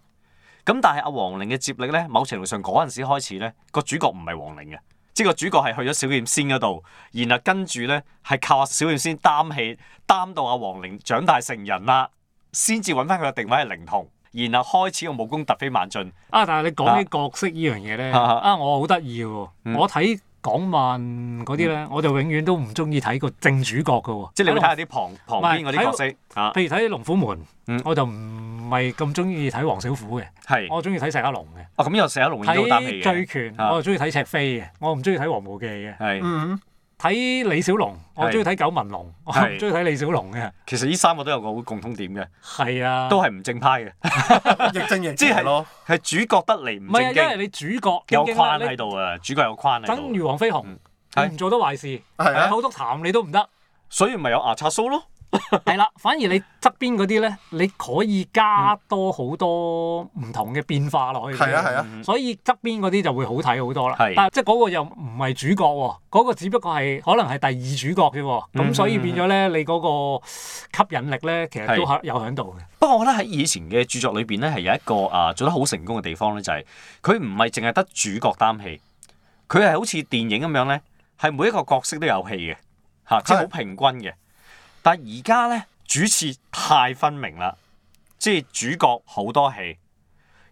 Speaker 1: 咁但係阿黃陵嘅接力咧，某程度上嗰陣時開始咧，個主角唔係黃陵嘅，即係個主角係去咗小劍仙嗰度，然後跟住咧係靠阿小劍仙擔戲，擔到阿黃陵長大成人啦，先至揾翻佢嘅定位係靈童，然後開始個武功突飛猛進。
Speaker 2: 啊！但係你講起角色呢樣嘢咧，
Speaker 1: 啊
Speaker 2: 啊我好得意喎！
Speaker 1: 嗯
Speaker 2: 我睇港漫嗰啲咧，我就永遠都唔中意睇個正主角嘅喎。
Speaker 1: 即係你會睇下啲旁
Speaker 3: 哦
Speaker 1: 旁邊嗰啲角色啊，
Speaker 2: 譬如睇《龍虎門》
Speaker 1: 嗯
Speaker 2: 我就唔係咁中意睇黃小虎嘅，
Speaker 1: 係
Speaker 2: 我中意睇石家龍嘅。
Speaker 1: 啊咁又成日龍都擔戲
Speaker 2: 睇醉
Speaker 1: 嘅，
Speaker 2: 拳，
Speaker 1: 啊
Speaker 2: 我就中意睇赤飛嘅，我唔中意睇黃無忌嘅。
Speaker 1: 係
Speaker 3: 嗯，
Speaker 2: 睇李小龍，我中意睇九紋龍，我
Speaker 1: 係
Speaker 2: 唔中意睇李小龍嘅。
Speaker 1: 其實呢三個都有個好共通點嘅，
Speaker 2: 係啊，
Speaker 1: 都係唔正派嘅。
Speaker 3: 亦正亦
Speaker 1: 即係
Speaker 3: 邪咯。
Speaker 1: 係主角得嚟唔
Speaker 2: 唔係啊？
Speaker 1: 正
Speaker 2: 因為
Speaker 1: 經，
Speaker 2: 你主角
Speaker 1: 有
Speaker 2: 經
Speaker 1: 框
Speaker 2: 啦，
Speaker 1: 喺
Speaker 2: 你
Speaker 1: 度啊！主角有框喺
Speaker 2: 等
Speaker 1: 度，
Speaker 2: 如黃飛鴻，
Speaker 1: 係
Speaker 2: 你唔做得壞事，
Speaker 3: 係啊
Speaker 2: 口督痰你都唔得。
Speaker 1: 所以咪有牙刷須咯。
Speaker 2: 係啦，反而你側邊嗰啲咧，你可以加多好多唔同嘅變化落
Speaker 3: 嗯
Speaker 2: 去。
Speaker 3: 係啊係啊，
Speaker 2: 所以側邊嗰啲就會好睇好多啦
Speaker 1: 係。
Speaker 2: 但係即係嗰個又唔係主角喎，嗰、個只不過係可能係第二主角啫喎。咁、
Speaker 1: 嗯
Speaker 2: 所以變咗咧，你嗰個吸引力咧，其實都係有喺度嘅。
Speaker 1: 不過我覺得喺以前嘅著作裏邊咧，係有一個啊做得好成功嘅地方咧，就係佢唔係淨係得主角擔戲，佢係好似電影咁樣咧，係每一個角色都有戲嘅，嚇、即係好
Speaker 3: 係
Speaker 1: 平均嘅。但係而家咧主次太分明啦，即係主角好多戲，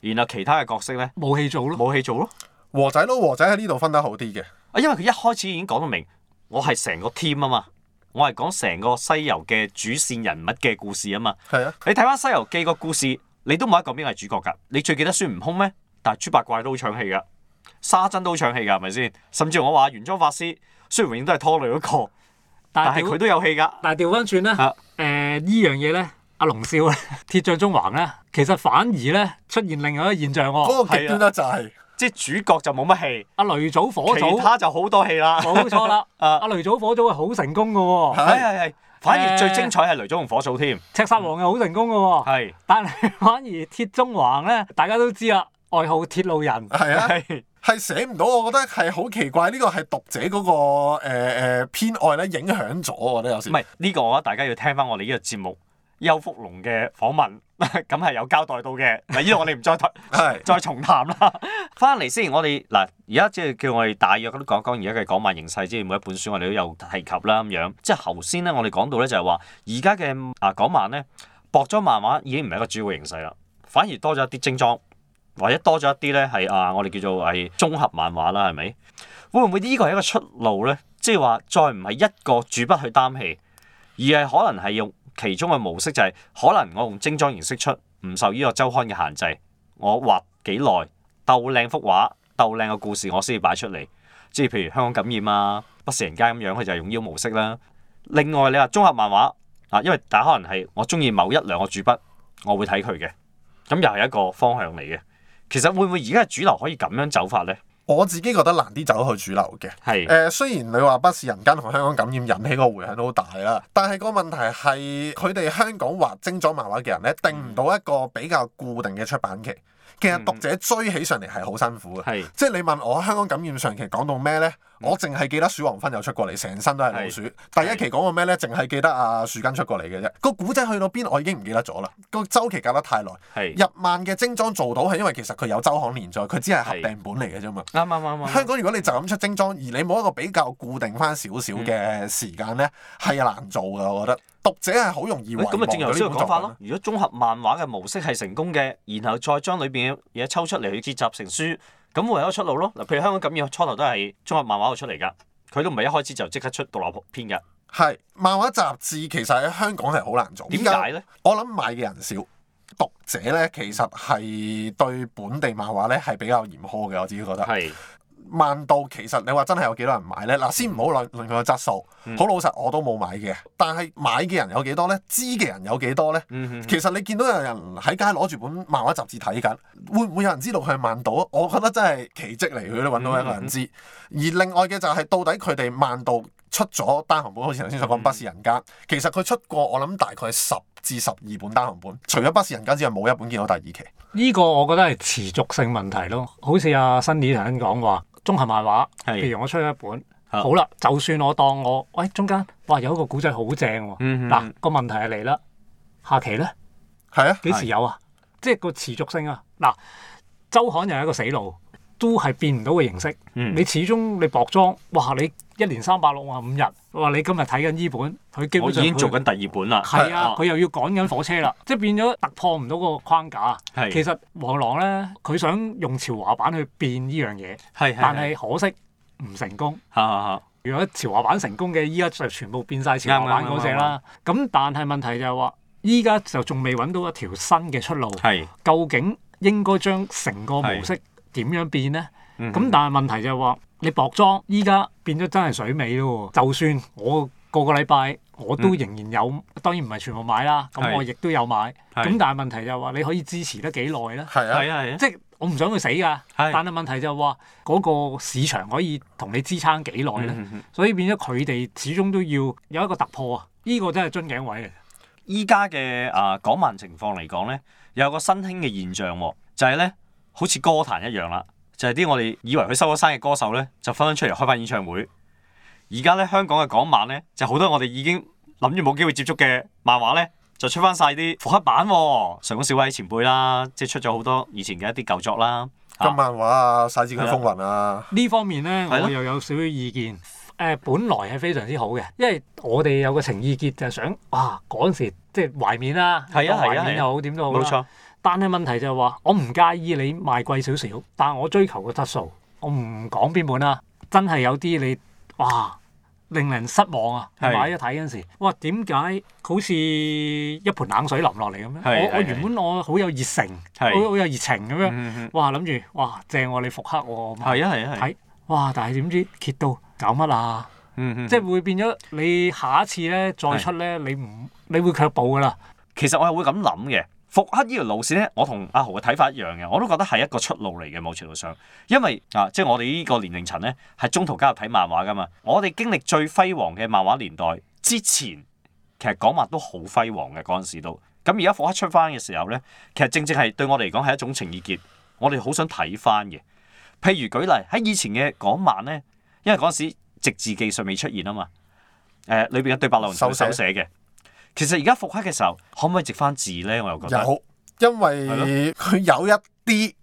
Speaker 1: 然後其他嘅角色咧
Speaker 2: 冇戲做咯，
Speaker 1: 冇戲做咯。
Speaker 3: 和仔佬和仔喺呢度分得好啲嘅，
Speaker 1: 啊，因為佢一開始已經講到明，我係成個 team 啊嘛，我係講成個《西遊》嘅主線人物嘅故事啊嘛。
Speaker 3: 係啊，
Speaker 1: 你睇翻《西遊記》個故事，你都冇一個邊個係主角㗎？你最記得孫悟空咩？但係豬八怪都好搶戲㗎，沙僧都好搶戲㗎，係咪先？甚至我話玄奘法師，雖然永遠都係拖累嗰個，
Speaker 2: 但
Speaker 1: 但
Speaker 2: 係
Speaker 1: 係佢
Speaker 2: 調
Speaker 1: 都有戲㗎。
Speaker 2: 但係調翻轉咧，誒、
Speaker 1: 啊
Speaker 2: 依樣嘢咧，阿龍少咧， 鐵匠中環咧，其實反而咧出現另外一個現
Speaker 1: 哦
Speaker 2: 象喎。
Speaker 3: 嗰
Speaker 1: 啊
Speaker 3: 個極端得滯。
Speaker 1: 即係主角就冇乜戲，
Speaker 2: 阿雷祖火
Speaker 1: 其
Speaker 2: 祖，
Speaker 1: 他就好多戲啦。
Speaker 2: 冇錯啦。
Speaker 1: 啊
Speaker 2: 阿雷祖火祖係好成功 嘅喎，
Speaker 1: 哦
Speaker 3: 啊
Speaker 1: 係啊係係，反而最精彩係雷祖同火祖添。
Speaker 2: 赤煞王又好成功嘅喎。
Speaker 1: 係
Speaker 2: 但係 反而鐵中環咧，大家都知啦，外號鐵路人。
Speaker 3: 係啊，
Speaker 1: 係
Speaker 3: 係寫唔到，我覺得係好奇怪。呢個係讀者嗰個誒誒偏愛咧，影響咗我覺得有時
Speaker 1: 唔。係呢個，我覺得大家要聽翻我哋呢個節目邱福龍嘅訪問， 咁係有交代到嘅。嗱，呢度我哋唔再提
Speaker 3: 係
Speaker 1: 再重談啦。 翻嚟先，我哋嗱而家即係叫我哋大約都講講而家嘅港漫形勢，即係每一本書我哋都有提及啦咁樣。即係頭先咧，我哋講到咧就係話，而家嘅啊港漫咧，薄裝漫畫已經唔係一個主要形勢啦，反而多咗一啲精裝，或者多咗一啲咧係啊，我哋叫做係綜合漫畫啦，係咪？會唔會呢個係一個出路咧？即係話再唔係一個主筆去擔戲，而係可能係用其中嘅模式，就係可能我用精裝形式出，唔受呢個周刊嘅限制，我畫幾耐，鬥靚幅畫，鬥靚個故事，我先至擺出嚟。即係譬如香港感染啊、不食人間咁樣，佢就係用呢個模式啦。另外你話綜合漫畫啊，因為大家可能係我中意某一兩個主筆，我會睇佢嘅。咁又係一個方向嚟嘅。其實會唔會而家嘅主流可以咁樣走法呢？
Speaker 3: 我自己覺得難啲走去主流嘅。誒、
Speaker 1: 係
Speaker 3: 雖然你話不是人間同香港感染引起個迴響都好大啦，但係個問題係佢哋香港畫精裝漫畫嘅人咧，定唔到一個比較固定嘅出版期，其實讀者追起上嚟係好辛苦嘅。
Speaker 1: 係
Speaker 3: 即係你問我香港感染上期講到咩呢？我淨係記得鼠王芬有出過嚟，成身都係老鼠。第一期講過咩呢？淨係記得阿樹根出過嚟嘅啫。個古仔去到邊我已經唔記得咗啦。個周期隔得太耐。
Speaker 1: 係
Speaker 3: 日漫嘅精裝做到係因為其實佢有周刊連載，佢只係合訂本嚟嘅啫嘛。
Speaker 1: 啱啱啱啱
Speaker 3: 香港如果你就咁出精裝，而你冇一個比較固定翻少少
Speaker 1: 嗯
Speaker 3: 嘅時間呢，係難做㗎。我覺得讀者係好容易遺
Speaker 1: 喂
Speaker 3: 忘
Speaker 1: 咁咪啊正
Speaker 3: 咗
Speaker 1: 頭
Speaker 3: 呢
Speaker 1: 先
Speaker 3: 種
Speaker 1: 嘅講法
Speaker 3: 作
Speaker 1: 咯
Speaker 3: 品。。
Speaker 1: 如果綜合漫畫嘅模式係成功嘅，然後再將裏邊嘅嘢抽出嚟去結集成書，咁會有一個出路咯。嗱，譬如香港感染初頭都係綜合漫畫度出嚟㗎，佢都唔係一開始就即刻出獨立篇㗎。
Speaker 3: 係漫畫雜誌其實喺香港係好難做。
Speaker 1: 點
Speaker 3: 依家
Speaker 1: 解呢？
Speaker 3: 我諗買嘅人少，讀者呢其實係對本地漫畫呢係比較嚴苛嘅。我自己覺得。
Speaker 1: 係
Speaker 3: 萬度其實你話真係有幾多人買呢？嗱，先唔好論論佢個質素，好老實我都冇買嘅。但係買嘅人有幾多呢？知嘅人有幾多呢？
Speaker 1: 嗯
Speaker 3: 其實你見到有人喺街攞住本漫畫雜誌睇緊，會唔會有人知道佢係漫度啊？我覺得真係奇蹟嚟，佢都揾到一個人知。而另外嘅就係、到底佢哋漫度出咗單行本，好似頭先所講《不是人間》，其實佢出過我諗大概十至十二本單行本，除咗《不是人間》之外，冇一本見到第二期。
Speaker 2: 呢個我覺得係持續性問題咯。好似阿新李頭先講話，綜合漫畫，
Speaker 1: 係
Speaker 2: 譬如我出一本，
Speaker 1: 啊
Speaker 2: 好啦，就算我當我，喂、中間，哇有一個古仔好正喎，嗱、
Speaker 1: 嗯嗯嗯
Speaker 2: 個問題係嚟啦，下期咧
Speaker 3: 係啊，
Speaker 2: 幾時有啊？即係個持續性啊！嗱，周刊又係一個死路，都係變唔到嘅形式。
Speaker 1: 嗯
Speaker 2: 你始終你薄裝，哇！你一年三百六啊五日，哇！你今日睇緊呢本，佢基
Speaker 1: 我
Speaker 2: 本
Speaker 1: 已
Speaker 2: 上
Speaker 1: 經做
Speaker 2: 佢
Speaker 1: 緊第二本啦。
Speaker 2: 係啊，
Speaker 1: 啊
Speaker 2: 佢又要趕緊火車啦，即係變咗突破唔到個框架。
Speaker 1: 係
Speaker 2: 其實黃狼咧，佢想用潮華版去變呢樣嘢，
Speaker 1: 係
Speaker 2: 但
Speaker 1: 係
Speaker 2: 係可惜唔成功。
Speaker 1: 嚇嚇
Speaker 2: 如果潮華版成功嘅，依家就全部變晒潮華版嗰只啦。咁但係問題就係話，依家就仲未揾到一條新嘅出路。
Speaker 1: 係
Speaker 2: 究竟應該將成個模式點樣變呢？
Speaker 1: 嗯
Speaker 2: 咁但係問題就係話，你薄裝依家變咗真係水尾咯喎。就算我個個禮拜我都仍然有，當然唔係全部買啦，咁
Speaker 1: 嗯係
Speaker 2: 我亦都有買。
Speaker 1: 係
Speaker 2: 咁但係問題就係話，你可以支持得幾耐呢？
Speaker 3: 係啊
Speaker 1: 係，啊係啊
Speaker 2: 即係我唔想佢死㗎，但係問題就係話嗰個市場可以同你支撐幾耐呢？
Speaker 1: 嗯嗯
Speaker 2: 所以變咗佢哋始終都要有一個突破啊！呢個真係樽頸位嚟。
Speaker 1: 依家嘅啊港漫情況嚟講咧，又有個新興嘅現象喎，就係咧好似歌壇一樣啦，就係啲我哋以為佢收咗山嘅歌手咧，就紛紛出嚟開翻演唱會。而家咧香港嘅港漫咧，就好多我哋已經諗住冇機會接觸嘅漫畫咧，就出翻晒啲復刻版喎。上官小威前輩啦，即係出咗好多以前嘅一啲舊作啦。
Speaker 3: 金漫畫啊，《細子區風雲》啊。
Speaker 2: 呢方面咧，
Speaker 1: 係咯
Speaker 2: 我又有少少意見。誒、本來係非常之好嘅，因為我哋有個情意結就係想，哇嗰陣時即係懷緬啦，
Speaker 1: 係啊
Speaker 2: 當
Speaker 1: 係
Speaker 2: 懷
Speaker 1: 啊
Speaker 2: 緬又好點都好
Speaker 1: 冇
Speaker 2: 啦。
Speaker 1: 錯，
Speaker 2: 但係問題就係話，我唔介意你賣貴少少，但我追求個質素。我唔講邊本啦，真係有啲你哇令人失望啊！
Speaker 1: 係
Speaker 2: 買咗睇嗰陣時，哇點解好似一盆冷水淋落嚟咁樣？
Speaker 1: 係
Speaker 2: 我我
Speaker 1: 係
Speaker 2: 原本我好有熱誠，好
Speaker 1: 係
Speaker 2: 好有熱情咁樣，
Speaker 1: 嗯嗯
Speaker 2: 哇諗住哇正喎、你復刻喎、我買
Speaker 1: 係啊係啊係啊，
Speaker 2: 睇，哇！但係點知揭到搞乜啊？
Speaker 1: 嗯嗯
Speaker 2: 即係會變咗你下一次咧再出咧，你唔你會卻步噶啦。
Speaker 1: 其實我係會咁諗嘅。復刻呢條路線咧，我同阿豪嘅睇法一樣嘅，我都覺得係一個出路嚟嘅某程度上，因為啊，即係我哋呢個年齡層咧係中途加入睇漫畫噶嘛，我哋經歷最輝煌嘅漫畫年代之前，其實港漫都好輝煌嘅嗰陣時都，咁而家復刻出翻嘅時候咧，其實正正係對我嚟講係一種情意結，我哋好想睇翻嘅。譬如舉例喺以前嘅港漫咧，因為嗰陣時直字技術未出現啊嘛，誒裏邊嘅對白內容
Speaker 3: 手
Speaker 1: 手
Speaker 3: 寫
Speaker 1: 手寫嘅。其實而家復刻嘅時候，可唔可以直翻字咧？我又覺得
Speaker 3: 有，因
Speaker 1: 係
Speaker 3: 為佢有一啲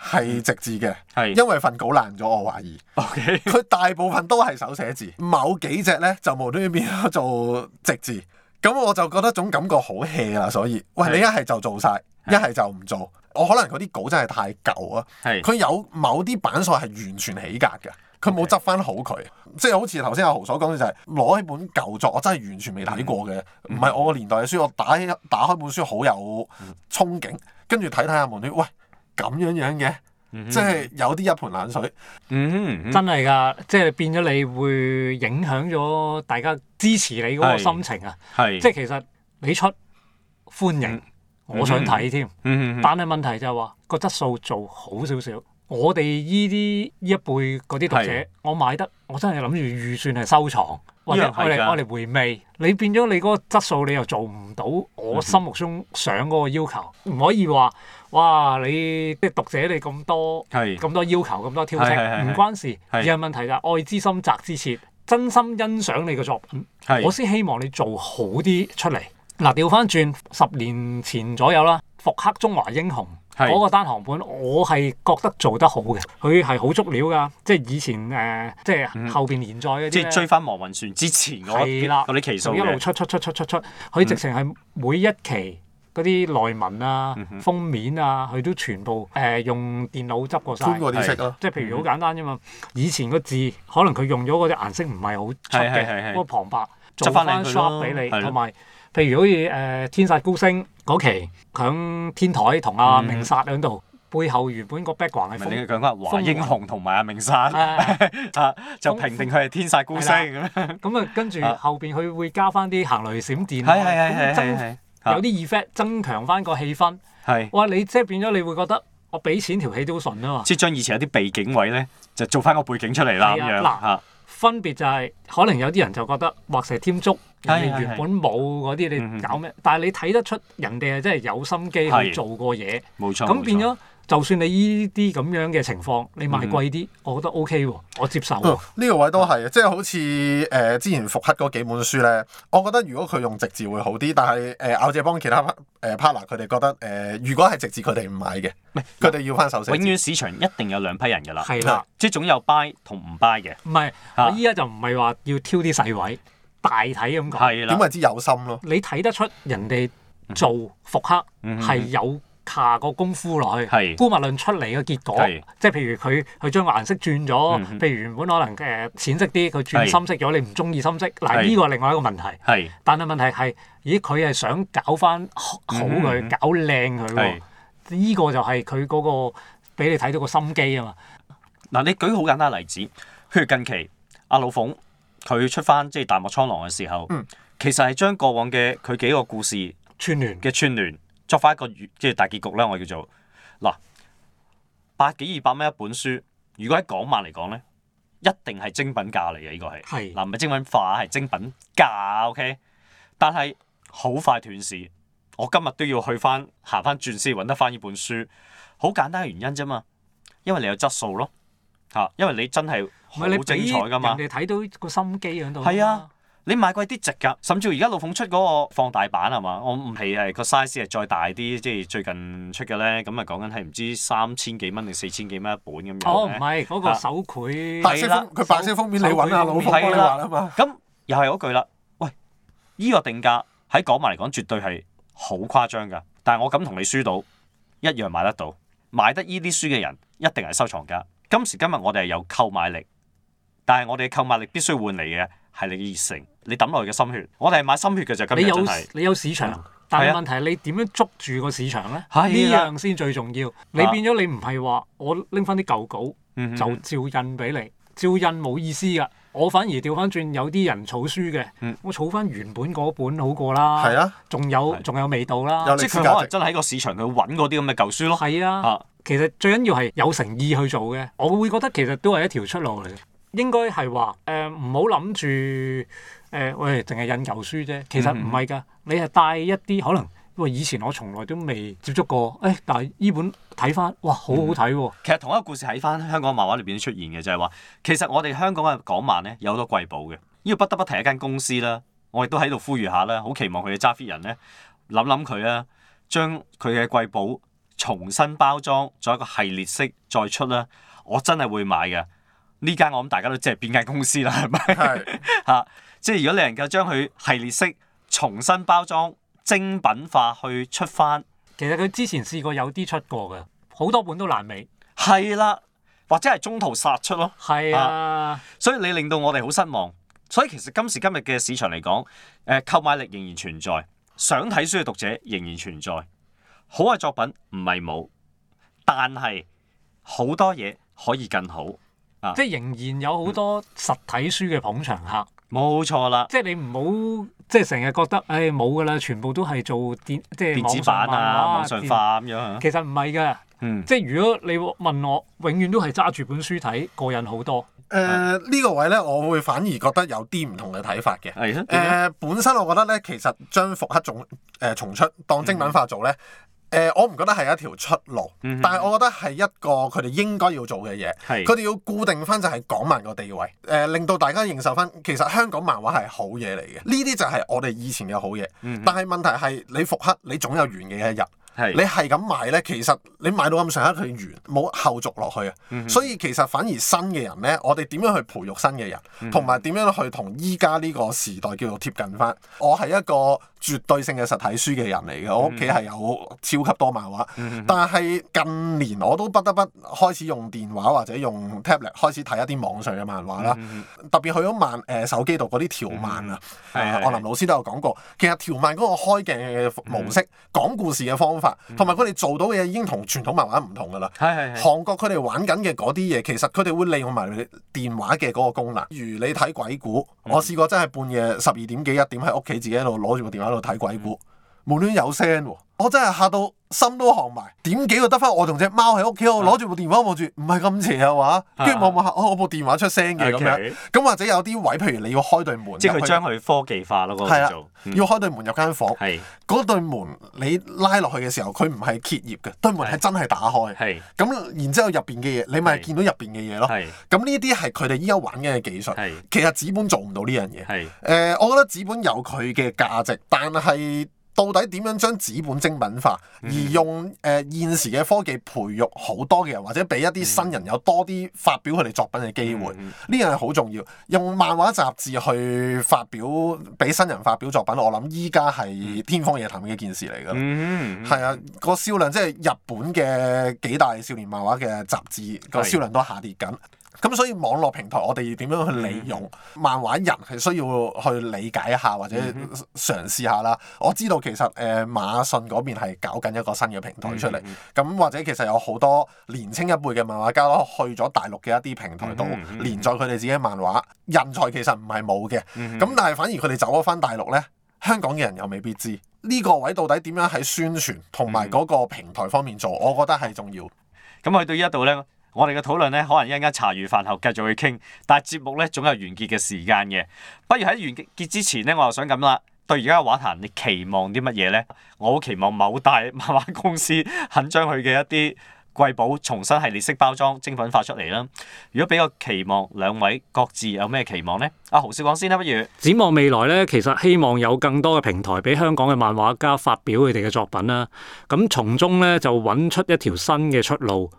Speaker 3: 係直字嘅，
Speaker 1: 係
Speaker 3: 因為份稿爛咗，我 懷疑
Speaker 1: OK
Speaker 3: 佢大部分都係手寫字，某幾隻呢就無端端變咗做直字，咁我就覺得種感覺好 hea 啦。所以，喂，
Speaker 1: 係
Speaker 3: 你一係就做晒，一係就唔做。我可能嗰啲稿真係太舊啊，
Speaker 1: 係
Speaker 3: 佢有某啲版數係完全起格嘅。佢冇執翻好佢，即係好似頭先阿豪所講嘅就係攞起本舊作，我真係完全未睇過嘅，唔係我個年代嘅書，我打起打開本書好有憧憬，跟住睇睇下無端，喂咁樣樣嘅，即係有啲一盆冷水。
Speaker 1: 嗯
Speaker 2: 真係㗎，即係變咗你會影響咗大家支持你嗰個心情啊！
Speaker 1: 係
Speaker 2: 即係其實你出歡迎，我想睇添。
Speaker 1: 嗯嗯嗯
Speaker 2: 但係問題就係話個質素做好少少。我哋依啲依一輩嗰啲讀
Speaker 1: 係
Speaker 2: 者，我買得我真係諗住預算係收藏，或
Speaker 1: 呢
Speaker 2: 者
Speaker 1: 樣係
Speaker 2: 我
Speaker 1: 㗎
Speaker 2: 哋我哋回味。你變咗你嗰個質素，你又做唔到
Speaker 1: 嗯
Speaker 2: 我心目中想嗰個要求，唔可以話哇你即係讀者你咁多
Speaker 1: 係
Speaker 2: 咁多要求咁多挑
Speaker 1: 係係係
Speaker 2: 剔，
Speaker 1: 係
Speaker 2: 唔關事。而
Speaker 1: 係
Speaker 2: 係問題就係愛之深責之切，真心欣賞你嘅作品。
Speaker 1: 係
Speaker 2: 我先希望你做好啲出嚟。嗱，調翻轉十年前左右啦，《復刻中華英雄》
Speaker 1: 係
Speaker 2: 嗰個單行本，我係覺得做得好嘅，佢係好足料噶，即係以前誒、呃即係後邊連載嗰
Speaker 1: 嗯即
Speaker 2: 啲
Speaker 1: 係
Speaker 2: 咧
Speaker 1: 追。翻黃雲船之前嗰
Speaker 2: 係啦，
Speaker 1: 嗰啲期數
Speaker 2: 就一路
Speaker 1: 嘅，
Speaker 2: 出出出出出出，佢直情係每一期嗰啲內文啊、
Speaker 1: 嗯
Speaker 2: 封面啊，佢都全部誒、呃用電腦執過晒。
Speaker 3: 寬過啲色咯。
Speaker 2: 即係譬
Speaker 1: 嗯
Speaker 2: 如好簡單啫嘛，以前個字可能佢用咗嗰隻顏色唔係好出
Speaker 1: 係係係係
Speaker 2: 嘅，嗰個旁白
Speaker 1: 執
Speaker 2: 做
Speaker 1: 返
Speaker 2: 翻
Speaker 1: 靚佢咯
Speaker 2: shop 俾你，
Speaker 1: 係咯
Speaker 2: 同埋譬如好似誒《天煞高升》嗰期，響天台同阿
Speaker 1: 嗯
Speaker 2: 明殺喺度，背後原本個 background 係
Speaker 1: 咪你
Speaker 2: 風，
Speaker 1: 講翻華英雄同埋阿明山 啊，就評定佢係天煞孤星咁樣，係
Speaker 2: 咁啊跟住
Speaker 1: 啊
Speaker 2: 後邊佢會加翻啲行雷閃電啊，
Speaker 1: 係係係
Speaker 2: 咁增
Speaker 1: 係
Speaker 2: 有啲 effect 增強翻個氣氛。
Speaker 1: 係。
Speaker 2: 哇！你即係變咗你會覺得我俾錢條氣都順啊嘛。
Speaker 1: 即係將以前有啲背景位咧，就做翻個背景出嚟啦咁樣
Speaker 2: 係
Speaker 1: 嚇
Speaker 2: 啊。分別就係、可能有啲人就覺得畫蛇添足，人
Speaker 1: 係
Speaker 2: 哋原本冇嗰
Speaker 1: 嗯
Speaker 2: 啲，
Speaker 1: 嗯
Speaker 2: 你搞咩？但係你睇得出人哋係真係有心機
Speaker 1: 係
Speaker 2: 去做過嘢，
Speaker 1: 冇錯。
Speaker 2: 咁變
Speaker 1: 冇錯
Speaker 2: 咗就算你呢啲咁樣嘅情況，你賣貴
Speaker 1: 嗯
Speaker 2: 啲，我覺得 O K 喎，我接受
Speaker 3: 嗯
Speaker 1: 哦
Speaker 2: 喎。
Speaker 3: 呢個位都係，即係好似誒、呃之前復刻嗰幾本書咧，我覺得如果佢用直字會好啲，但係誒咬姐幫其他誒、呃 partner 佢哋覺得誒、呃如果係直字佢哋唔買嘅，佢哋要翻手寫字。
Speaker 1: 永遠市場一定有兩批人㗎啦，
Speaker 2: 係啦，
Speaker 1: 即係總有 buy 同唔 buy 嘅，
Speaker 2: 唔係
Speaker 1: 啊
Speaker 2: 我依家就唔係話要挑啲細位，大體咁講，
Speaker 1: 係
Speaker 3: 點
Speaker 1: 啦，
Speaker 3: 為之有心咯？
Speaker 2: 你睇得出人哋做復刻
Speaker 1: 嗯
Speaker 2: 係有。下個功夫落去，
Speaker 1: 係
Speaker 2: 姑勿論出嚟嘅結果
Speaker 1: 係，
Speaker 2: 即係譬如佢佢將個顏色轉
Speaker 1: 嗯
Speaker 2: 咗，
Speaker 1: 哼
Speaker 2: 譬如原本可能誒淺色啲，
Speaker 1: 係
Speaker 2: 佢轉深色咗，你唔中意深色，嗱
Speaker 1: 係
Speaker 2: 呢個另外一個問題。
Speaker 1: 係
Speaker 2: 但係問題係，咦佢係想搞翻好
Speaker 1: 嗯哼
Speaker 2: 佢，搞靚佢
Speaker 1: 係
Speaker 2: 喎，呢個就係佢嗰個俾你睇到個心機啊嘛。
Speaker 1: 嗱，你舉好簡單例子，譬如近期阿老馮佢出翻即係大漠蒼狼嘅時候，
Speaker 3: 嗯
Speaker 1: 其實係將過往嘅佢幾個故事
Speaker 2: 串聯
Speaker 1: 嘅串聯作翻一個完即係大結局啦，我叫做嗱百幾二百蚊一本書，如果喺港漫嚟講咧，一定係精品價嚟嘅呢個係，
Speaker 2: 係
Speaker 1: 嗱唔係精品化係精品價，OK，但係好快斷市，我今日都要去翻行翻轉先揾得翻呢本書，好簡單嘅原因啫嘛，因為你有質素咯，嚇，因為你真係
Speaker 2: 唔
Speaker 1: 好
Speaker 2: 係你俾
Speaker 1: 精彩噶嘛。
Speaker 2: 人哋睇到個心機喺度。
Speaker 1: 係啊，你買貴啲值㗎，甚至乎而家老鳳出嗰個放大版係嘛？我唔係係個 size 係再大啲，即係最近出嘅咧，咁啊講緊係唔知三千幾蚊定四千幾蚊一本咁樣
Speaker 2: 哦，唔
Speaker 1: 呢
Speaker 2: 係嗰
Speaker 1: 啊
Speaker 2: 個手繪
Speaker 3: 白色
Speaker 1: 係啦
Speaker 3: 封佢白色封面，你揾阿老馮
Speaker 1: 係啦
Speaker 3: 幫你畫啦啊嘛。
Speaker 1: 咁又係嗰句啦，喂，依、個定價喺港漫嚟講絕對係好誇張㗎，但係我敢同你輸到，一樣買得到，買得依啲書嘅人一定係收藏家。今時今日我哋係有購買力，但係我哋嘅購買力必須換嚟嘅係你嘅熱誠，你抌落去嘅心血。我哋係買心血嘅就今
Speaker 2: 你
Speaker 1: 日
Speaker 2: 有
Speaker 1: 真係。嗯啊
Speaker 2: 你有市場，但係問題你點樣捉住個市場咧？呢
Speaker 1: 係啊啦
Speaker 2: 樣先最重要。你變咗你唔係話我拎翻啲舊稿
Speaker 1: 嗯哼
Speaker 2: 就照印俾你，照印冇意思噶。我反而調翻轉，有啲人儲書嘅，
Speaker 1: 嗯
Speaker 2: 我儲翻原本嗰本好過啦。
Speaker 3: 係啊，
Speaker 2: 仲有
Speaker 1: 係
Speaker 2: 仲有味道
Speaker 3: 有
Speaker 2: 啦。
Speaker 1: 即係佢
Speaker 3: 歷史價值
Speaker 1: 可能真係喺個市場去揾嗰啲咁嘅舊書咯。
Speaker 2: 係啊，
Speaker 1: 啊，
Speaker 2: 其實最緊要係有誠意去做嘅。我會覺得其實都係一條出路嚟嘅。應該係話誒，唔好諗住誒，喂，淨係印舊書啫。其實
Speaker 1: 嗯
Speaker 2: 唔係㗎，你係帶一啲可能，喂，以前我從來都未接觸過，誒、哎但係呢本睇翻，哇，好好睇喎、
Speaker 1: 其實同一個故事喺翻香港漫畫裏邊都出現嘅，就係話其實我哋香港嘅港漫咧有好多貴寶嘅，呢個不得不提一間公司啦。我亦都喺度呼籲下啦，好期望佢嘅揸 fit 人咧諗諗佢啦，將佢嘅貴寶重新包裝，做一個系列式再出啦。我真係會買嘅。呢間我諗大家都知係邊間公司啦，係咪？
Speaker 3: 係
Speaker 1: 嚇！即係如果你能夠將佢系列式重新包裝、精品化去出翻，
Speaker 2: 其實佢之前試過有啲出過嘅，好多本都爛尾。
Speaker 1: 係啦，或者係中途殺出咯。
Speaker 2: 係啊，
Speaker 1: 所以你令到我哋好失望。所以其實今時今日嘅市場嚟講，誒、購買力仍然存在，想睇書嘅讀者仍然存在。好嘅作品唔係冇，但係好多嘢可以更好。啊
Speaker 2: 即係仍然有好多實體書嘅捧場客。
Speaker 1: 冇錯啦。
Speaker 2: 即係你唔好即係成日覺得，唉冇㗎啦，全部都係做電即係
Speaker 1: 電子
Speaker 2: 網上
Speaker 1: 版啊，網
Speaker 2: 漫畫
Speaker 1: 上。化咁樣啊
Speaker 2: 電。其實唔係㗎，
Speaker 1: 嗯，
Speaker 2: 即係如果你問我，永遠都係揸住本書睇，過癮好多。
Speaker 3: 誒呢個位咧，我會反而覺得有啲唔同嘅睇法嘅。
Speaker 1: 係啊
Speaker 3: 誒、
Speaker 1: 點啊。
Speaker 3: 本身我覺得咧，其實將復刻重誒、重出當精品化做咧，誒、我唔覺得係一條出路，
Speaker 1: 嗯嗯哼
Speaker 3: 但係我覺得係一個佢哋應該要做嘅嘢。
Speaker 1: 係
Speaker 3: 佢哋要固定翻就係港漫個地位，誒、令到大家認受翻其實香港漫畫係好嘢嚟嘅。呢啲就係我哋以前嘅好嘢。
Speaker 1: 嗯哼
Speaker 3: 但係問題係你復刻，你總有完嘅一日。你
Speaker 1: 係
Speaker 3: 係咁賣咧，其實你賣到咁上下佢完，冇後續落去啊。
Speaker 1: 嗯
Speaker 3: 所以其實反而新嘅人咧，我哋點樣去培育新嘅
Speaker 1: 嗯
Speaker 3: 人，同埋點樣去同依家呢個時代叫做貼近翻。我係一個絕對性嘅實體書嘅人嚟嘅，我屋企
Speaker 1: 嗯
Speaker 3: 係有超級多漫畫，但係近年我都不得不開始用電話或者用 tablet 開始睇一啲網上嘅漫畫啦。特別去咗漫誒、呃手機度嗰啲條漫啊，
Speaker 1: 嗯
Speaker 3: 呃
Speaker 1: 係係
Speaker 3: 我林老師都有講過，其實條漫嗰個開鏡嘅
Speaker 1: 嗯
Speaker 3: 模式、講故事嘅方法，同埋佢哋做到嘅嘢已經同傳統漫畫唔同㗎啦。
Speaker 1: 係係係。
Speaker 3: 韓國佢哋玩緊嘅嗰啲嘢，其實佢哋會利用埋你電話嘅嗰個功能。如你睇鬼故，
Speaker 1: 嗯
Speaker 3: 我試過真係半夜十二點幾一點喺屋企自己喺度攞住部電話喺度睇鬼
Speaker 1: 嗯
Speaker 3: 故，無端有聲喎，我真係嚇到心都寒埋。點幾個得翻我同只貓喺屋企，我攞住部電話望
Speaker 1: 嗯
Speaker 3: 住，唔係咁邪啊嘛，跟住望望下，哦，我部電話出聲嘅咁
Speaker 1: OK
Speaker 3: 樣。咁或者有啲位，譬如你要開對門，
Speaker 1: 即係佢將
Speaker 3: 入去
Speaker 1: 佢科技化咯，嗰
Speaker 3: 係
Speaker 1: 個叫
Speaker 3: 啦
Speaker 1: 做，嗯
Speaker 3: 要開對門入間房，
Speaker 1: 係
Speaker 3: 嗰對門你拉落去嘅時候，佢唔係揭頁嘅，對門係
Speaker 1: 係
Speaker 3: 真係打開。
Speaker 1: 係
Speaker 3: 咁然之後入邊嘅嘢，你咪
Speaker 1: 係
Speaker 3: 見到入邊嘅嘢咯。
Speaker 1: 係
Speaker 3: 咁呢啲係佢哋依家玩嘅技術
Speaker 1: 係，
Speaker 3: 其實紙本做唔到呢樣嘢。誒、
Speaker 1: 係
Speaker 3: 呃我覺得紙本有佢嘅價值，但係到底點樣將紙本精品化，而用誒、呃、現時嘅科技培育好多嘅人，或者俾一啲新人有多啲發表佢哋作品嘅機會，呢樣係好重要。用漫畫雜誌去發表，俾新人發表作品，我諗依家係天方夜譚嘅一件事嚟㗎啦。
Speaker 1: 嗯
Speaker 3: 係啊，個銷量即係日本嘅幾大少年漫畫嘅雜誌個
Speaker 1: 係
Speaker 3: 銷量都下跌緊。咁所以網絡平台我哋點樣去利
Speaker 1: 嗯
Speaker 3: 用漫畫人係需要去理解一下或者
Speaker 1: 嗯
Speaker 3: 嘗試下啦。我知道其實誒、呃、馬信嗰邊係搞緊一個新嘅平台出嚟，咁、
Speaker 1: 嗯
Speaker 3: 或者其實有好多年青一輩嘅漫畫家咯，去咗大陸嘅一啲平台度
Speaker 1: 嗯哼嗯哼
Speaker 3: 連載佢哋自己嘅漫畫，人才其實唔係冇嘅。
Speaker 1: 嗯
Speaker 3: 咁但係反而佢哋走咗翻大陸呢，香港嘅人又未必知呢、個位到底點樣喺宣傳同埋嗰個平台方面做，我覺得係重要。
Speaker 1: 咁去到呢一度咧，我哋嘅討論咧，可能一陣間茶餘飯後繼續去傾，但係節目咧總有完結嘅時間嘅。不如喺完結之前咧，我又想咁啦。對而家嘅畫壇，你期望啲乜嘢咧？我好期望某大 漫畫公司肯將佢嘅一啲貴寶重新系列式包裝精品化出嚟啦。如果俾個期望，兩位各自有咩期望咧？阿豪少講先啦，不 如。
Speaker 2: 展望未來咧，其實希望有更多嘅平台俾香港嘅漫畫家發表佢哋嘅作品啦。咁從中咧就揾出一條新嘅出路。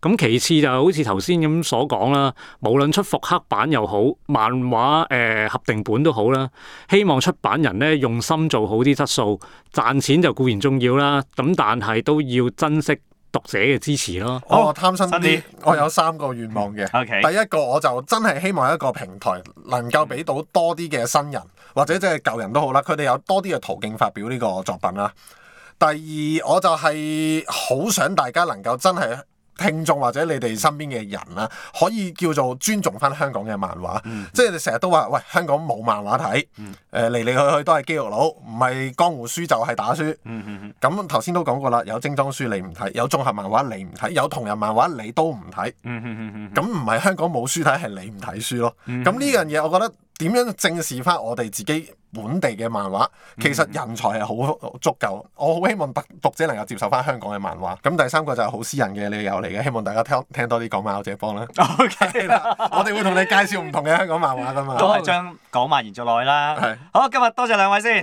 Speaker 2: 咁其次就好似頭先咁所講啦，無論出復刻版又好，漫畫誒、呃合訂本都好啦，希望出版人咧用心做好啲質素，賺錢就固然重要啦，咁但係都要珍惜讀者嘅支持咯。
Speaker 1: 好
Speaker 3: 我貪心
Speaker 1: 新啲
Speaker 3: 啲，我有三個願望嘅。
Speaker 1: OK
Speaker 3: 第一個我就真係希望一個平台能夠俾到多啲嘅新人或者即係舊人都好啦，佢哋有多啲嘅途徑發表呢個作品啦。第二我就係好想大家能夠真係。聽眾或者你哋身邊嘅人啦，可以叫做尊重翻香港嘅漫畫，
Speaker 1: 嗯
Speaker 3: 即係你成日都話喂香港冇漫畫睇，誒嚟、嚟去去都係肌肉佬，唔係江湖書就係打書。咁頭先都講過啦，有精裝書你唔睇，有綜合漫畫你唔睇，有同人漫畫你都唔睇。
Speaker 1: 嗯
Speaker 3: 咁唔係香港冇書睇，係你唔睇書咯。
Speaker 1: 嗯
Speaker 3: 咁呢樣嘢，我覺得點樣正視翻我哋自己本地嘅漫
Speaker 1: 嗯
Speaker 3: 畫，其實人才係好足夠。我好希望讀讀者能夠接受翻香港嘅漫畫。咁第三個就係好私人嘅理由嚟嘅，希望大家聽聽多啲港漫我者幫啦。
Speaker 1: O K
Speaker 3: 係啦我哋會同你介紹唔同嘅香港漫畫噶嘛。
Speaker 1: 都係將港漫延續落去啦
Speaker 3: 係。
Speaker 1: 好，今日多謝兩位先。